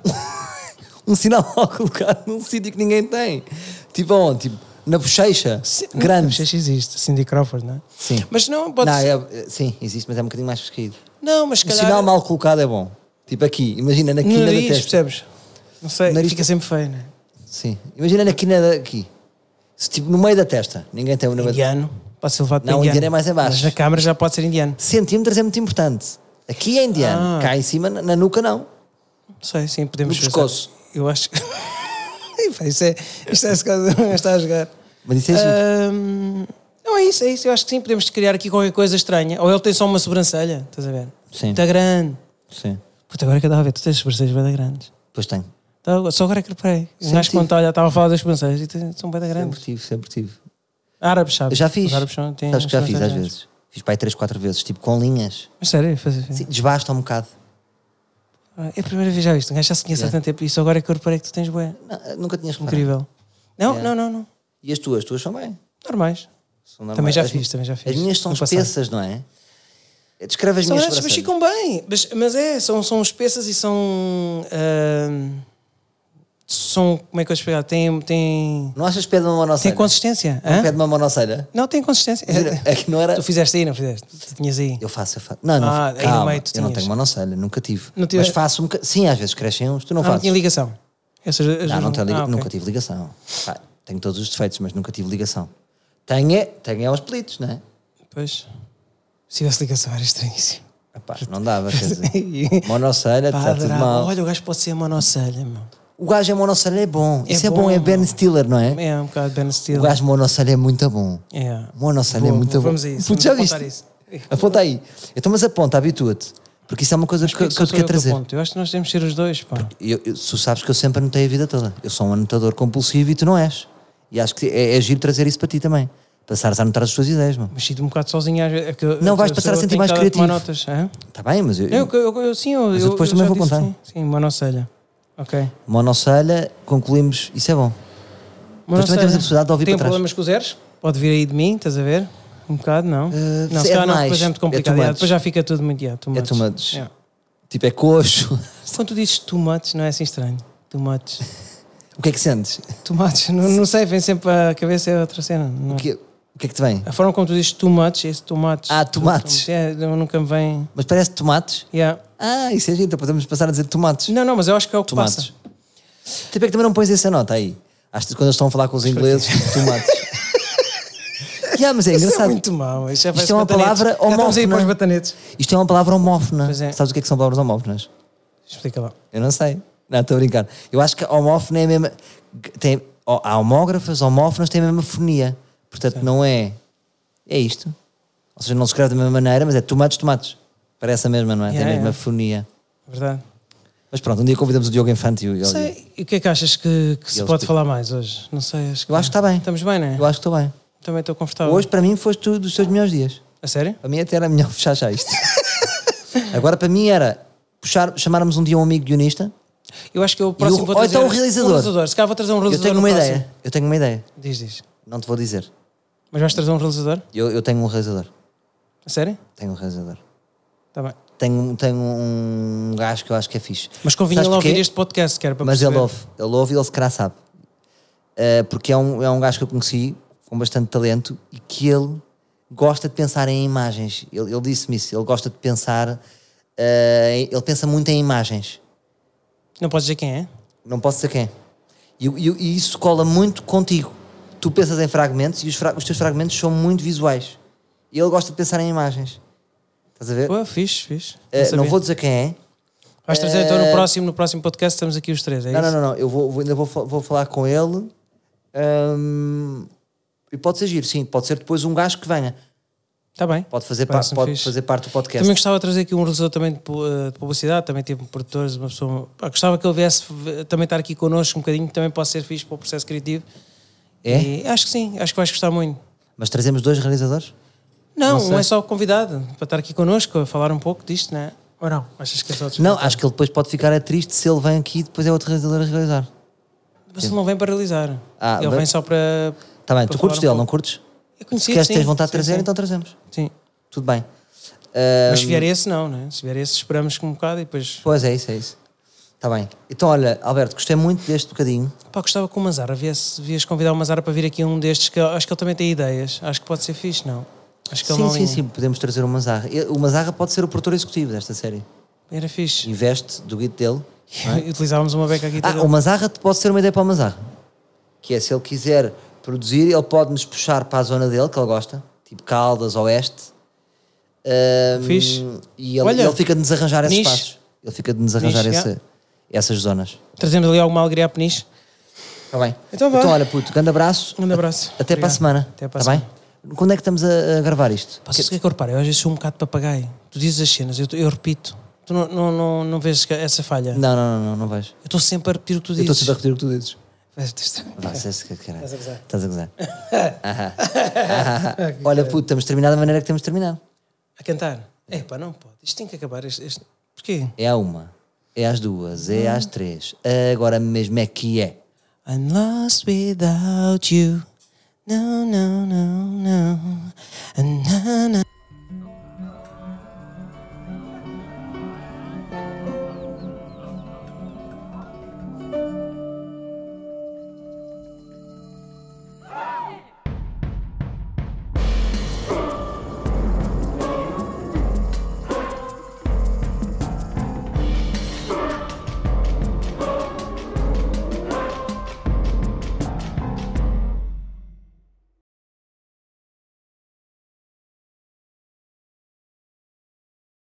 B: um sinal (laughs) mal colocado num sítio que ninguém tem. Tipo onde? Tipo, na bochecha.
A: Não
B: Grande.
A: sei se existe. Cindy Crawford, não é?
B: Sim.
A: Mas não, pode
B: Não,
A: ser.
B: é- é- sim, existe, mas é um bocadinho mais pesquisado.
A: Não, mas se
B: Um
A: calhar.
B: sinal mal colocado é bom. Tipo aqui, imagina na
A: no
B: quina
A: nariz,
B: da testa.
A: percebes? Não sei,
B: Nariz-
A: fica sempre feio, não é?
B: Sim. Imagina na quina da, aqui. Se, tipo no meio da testa. Ninguém tem o número.
A: Indiano. Pode ser levado para
B: Não,
A: indiano.
B: indiano é mais abaixo.
A: Mas na câmara já pode ser indiano.
B: Centímetros é muito importante. Aqui é indiano.
A: Ah.
B: Cá em cima, na, na nuca, não.
A: Não sei, sim, podemos
B: No
A: pensar.
B: pescoço.
A: Eu acho. (laughs) Epá, Isso é. Isto é se calhar- (laughs) está a jogar.
B: Mas isso é giro.
A: Ahm, não é isso, é isso. Eu acho que sim, podemos criar aqui qualquer coisa estranha. Ou ele tem só uma sobrancelha, estás a ver?
B: Sim.
A: Está grande.
B: Sim.
A: Puta, agora é que eu estava a ver, tu tens sobrancelhas bem grandes.
B: Pois tenho.
A: Tá, Só agora que reparei. Um
B: Sim,
A: gajo
B: tive.
A: quando olha, estava a falar das sobrancelhas e tem- são bem grandes.
B: Sempre tive, sempre tive.
A: Árabes, sabes?
B: Eu já fiz.
A: Os árabes são, têm
B: Sabes que já
A: as
B: fiz às
A: sobrancelhas.
B: vezes. Fiz para aí 3, 4 vezes, tipo com linhas.
A: Mas sério, faz,
B: Sim, Desbasta um bocado.
A: É a primeira vez já isto. Um gajo já se conhece há tanto tempo. Isso agora é que eu reparei que tu tens bué.
B: Não, eh, nunca tinhas reparado.
A: Incrível. Não,
B: É.
A: não, não, não.
B: E as tuas? As tuas são bem.
A: Normais.
B: São normais.
A: Também já
B: As-
A: fiz, também já fiz.
B: As minhas são
A: No passado.
B: espessas, não é? Descreve as
A: São
B: minhas
A: grandes, mas
B: sobrancelhas.
A: ficam bem. Mas, mas é, são, são espessas e são. ah, são. Como é que eu vou explicar? Tem, tem,
B: Não achas que pede uma
A: tem
B: monocelha?
A: consistência.
B: Não
A: hã?
B: pede uma monocelha?
A: Não, tem consistência.
B: Gira, É que não era...
A: Tu fizeste aí, não fizeste? Tu tinhas aí.
B: Eu faço, eu faço. Não, não
A: Ah, aí no
B: calma,
A: meio tu
B: eu não
A: tinhas.
B: tenho monocelha, nunca tive.
A: Não tive-
B: Mas faço um bocadinho. Sim, às vezes crescem uns, tu não
A: Ah, não
B: fazes.
A: tinha ligação. Essas- as
B: Não,
A: duas
B: não tenho liga-
A: ah, ok.
B: nunca tive ligação. Pá, tenho todos os defeitos, mas nunca tive ligação. Tenho é, tenho é aos pelitos, não é?
A: Pois. Se tivesse ligação era
B: (laughs)
A: estranhíssimo.
B: Epá, não dava, quer
A: (laughs)
B: dizer. Monocelha,
A: Pá,
B: está tudo
A: adorava.
B: mal.
A: Olha, o gajo pode ser monocelha, meu.
B: O gajo é monocelha, é bom.
A: É
B: Isso é bom, é
A: bom.
B: Ben Stiller, não é?
A: É um bocado Ben Stiller.
B: O gajo monocelha é muito bom.
A: É.
B: Monocelha é
A: Boa,
B: muito
A: boa,
B: bom.
A: Vamos a isso.
B: Puto,
A: Vamos
B: já
A: apontar
B: viste? É,
A: isso.
B: Aponta aí. Então, mas aponta, habitua-te. Porque isso é uma coisa que,
A: Porquê
B: que eu te
A: sou
B: quero
A: que
B: trazer.
A: aponto? Eu acho que nós temos de ser os dois, pá.
B: Eu, eu- tu sabes que eu sempre anotei a vida toda. Eu sou um anotador compulsivo e tu não és. E acho que é, é giro trazer isso para ti também. Passares a anotar as tuas ideias, mano.
A: Mas sinto-me um bocado sozinho às vezes. é que eu-
B: Não,
A: eu-
B: vais
A: eu
B: passar a
A: sou-
B: sentir
A: tenho
B: mais
A: que estar a tomar
B: criativo.
A: Notas. hã?
B: Está Tá bem, mas eu,
A: Eu, eu, eu- sim, eu,
B: Mas eu depois
A: já
B: também vou
A: disse
B: apontar.
A: Sim, sim, monocelha. Ok.
B: monocelha, concluímos. Isso é bom. Depois também temos a possibilidade de ouvir
A: Tem
B: para trás.
A: problemas com os erros? Pode vir aí de mim, estás a ver? Um bocado, não? não,
B: é
A: se calhar não,
B: demais.
A: depois é muito
B: É
A: complicado.
B: too
A: É,
B: much.
A: depois já fica tudo muito. Yeah, too
B: É
A: much.
B: too much.
A: Yeah.
B: Tipo, é coxo. (laughs)
A: Quando tu dizes tomates, não é assim estranho? (laughs) Tomates.
B: o que é que sentes?
A: Tomates, não, não sei, vem sempre à cabeça é outra cena. não.
B: O que, o que é que te vem?
A: A forma como tu dizes tomates, esse tomates.
B: Ah, tomates.
A: Tu- É, não- nunca me vem.
B: Mas parece tomates?
A: Yeah.
B: Ah, isso é giro. Então podemos passar a dizer tomates.
A: Não, não, mas eu acho que é o que
B: Tomates.
A: passa.
B: Tipo, é que também não pões essa nota aí. Acho que quando eles estão a falar com os ingleses,
A: (laughs)
B: tipo, tomates. yeah, mas é
A: Isso é
B: engraçado.
A: muito mau. Isso, já
B: Isto
A: parece
B: é uma
A: batanetes.
B: palavra
A: Já estamos aí
B: homófona.
A: para os batanetes.
B: Isto é uma palavra homófona.
A: Pois é.
B: Sabes o que é que são palavras homófonas?
A: Explica lá.
B: Eu não sei. Não, estou a brincar. Eu acho que homófona é a mesma. Tem, ó, há homógrafas, homófonas têm a mesma fonia. Portanto, não é. É isto. Ou seja, não se escreve da mesma maneira, mas é tomates, tomates. Parece a mesma, não é? tem
A: Yeah,
B: a mesma
A: yeah.
B: fonia.
A: é Verdade.
B: Mas pronto, um dia convidamos o Diogo Infante e o. e o-
A: Não sei. E o que é que achas que, que se
B: Eles
A: pode
B: te-
A: falar mais hoje? Não sei. Acho que...
B: Eu acho que está bem.
A: Estamos bem, não é?
B: Eu acho que estou bem.
A: Também estou confortável.
B: Hoje, para mim, foste tu dos teus melhores dias.
A: A sério?
B: Para mim, até era melhor (laughs) fechar já isto. Agora, para mim, era puxar, chamarmos um dia um amigo guionista.
A: Eu acho que eu o próximo
B: o-
A: vou
B: ou
A: trazer.
B: então o realizador.
A: Um realizador. Se calhar vou trazer um
B: Eu
A: realizador. no
B: tenho uma
A: próximo.
B: ideia. Eu tenho uma ideia.
A: Diz, diz.
B: Não te vou dizer.
A: Mas vais trazer um realizador?
B: Eu, eu tenho um realizador.
A: A sério?
B: Tenho um realizador.
A: Está bem.
B: Tenho, tenho um gajo que eu acho que é fixe.
A: Mas convinha
B: Sabes
A: ele ouvir
B: porquê?
A: este podcast, que era para
B: Mas ele
A: perceber.
B: ouve. Ele ouve e ele se calhar sabe. Eh, porque é um, é um gajo que eu conheci com bastante talento e que ele gosta de pensar em imagens. Ele, ele disse-me isso. Ele gosta de pensar. eh, em- ele pensa muito em imagens.
A: Não podes dizer quem é?
B: Não posso dizer quem. E, e- e isso cola muito contigo. Tu pensas em fragmentos e os, fra- os teus fragmentos são muito visuais. E ele gosta de pensar em imagens. Estás a ver?
A: Pô, fixe, fixe.
B: Eh, não
A: sabia.
B: vou dizer quem é.
A: Vais trazer então no próximo, no próximo podcast estamos aqui os três, é
B: Eh, Não,
A: isso?
B: não, não, não. Eu vou, vou- ainda vou, fa- vou falar com ele. Ahm, e pode ser giro, sim. Pode ser depois um gajo que venha.
A: Está Tá bem.
B: Pode fazer, par-
A: Parece-me
B: pode
A: fixe.
B: fazer parte do podcast.
A: Também gostava de trazer aqui um realizador também de pu- eh, de publicidade, também tive produtores, uma pessoa. pá, gostava que ele viesse v- também estar aqui connosco um bocadinho, também pode ser fixe para o processo criativo.
B: É?
A: E acho que sim, acho que vais gostar muito.
B: Mas trazemos dois realizadores?
A: Não,
B: Não
A: um
B: sei.
A: é só convidado para estar aqui connosco, a falar um pouco disto, não é? Ou não? Achas que é só
B: Não, acho que ele depois pode ficar é triste se ele vem aqui e depois é outro realizador a realizar.
A: Mas ele não vem para realizar.
B: Ah,
A: ele
B: mas-
A: vem só para.
B: Está Tá bem,
A: para
B: tu curtes
A: falar
B: dele,
A: um
B: não
A: pouco.
B: curtes?
A: Eu conheci,
B: se queres,
A: sim,
B: tens vontade de
A: sim,
B: trazer,
A: sim.
B: então trazemos.
A: Sim.
B: Tudo bem. Ah,
A: Mas se vier esse, não, né? Se vier esse, esperamos que um bocado e depois.
B: Pois é, isso é isso. Está bem. Então, olha, Alberto, gostei muito deste bocadinho.
A: Pá, gostava que o Mazara viesse, vies convidar o Mazara para vir aqui um destes, que eu- acho que ele também tem ideias. Acho que pode ser fixe, não? Acho que ele
B: Sim,
A: não
B: sim,
A: ia.
B: sim, podemos trazer o Mazarra. E- O Mazarra pode ser o produtor executivo desta série.
A: Era fixe.
B: Investe do guito dele.
A: E (laughs) Utilizávamos uma beca aqui.
B: é? Ah, o Mazarra te pode ser uma ideia para o Mazarra. Que é, se ele quiser produzir, ele pode-nos puxar para a zona dele, que ele gosta. Tipo Caldas, Oeste. Ahm,
A: Fixe.
B: E ele,
A: Olha,
B: ele fica de nos arranjar esses
A: nicho.
B: espaços. Ele fica de nos arranjar
A: Nicho,
B: essa-
A: yeah.
B: essas zonas.
A: Trazemos ali alguma alegria à peniche.
B: Está bem?
A: Então vá.
B: então olha, puto, grande abraço.
A: Um grande abraço.
B: Até para a
A: Obrigado.
B: semana.
A: Até para a
B: Tá
A: semana.
B: bem? Quando é que estamos a, a gravar isto?
A: Pá, sabes o que é que eu reparo? Eu às vezes sou um bocado papagaio. Tu dizes as cenas, eu, eu repito. Tu não, não, não, não vês que- essa falha?
B: Não, não, não, não, não vais.
A: Eu estou sempre a repetir o que tu
B: Eu estou
A: dizes.
B: sempre a repetir o que tu dizes.
A: a...
B: Vá, sei se é que caralho.
A: Estás a gozar.
B: Estás a
A: (laughs)
B: gozar. Ahá. Ahá. Olha, puto, estamos terminados da maneira que temos terminado.
A: cantar. É pá, não pode. Isto tem que acabar. Este, este- Porquê?
B: É à uma, é às duas,
A: Hum.
B: é às três. Agora mesmo é que é.
A: I'm lost without you. No, no, no, no. And na, na.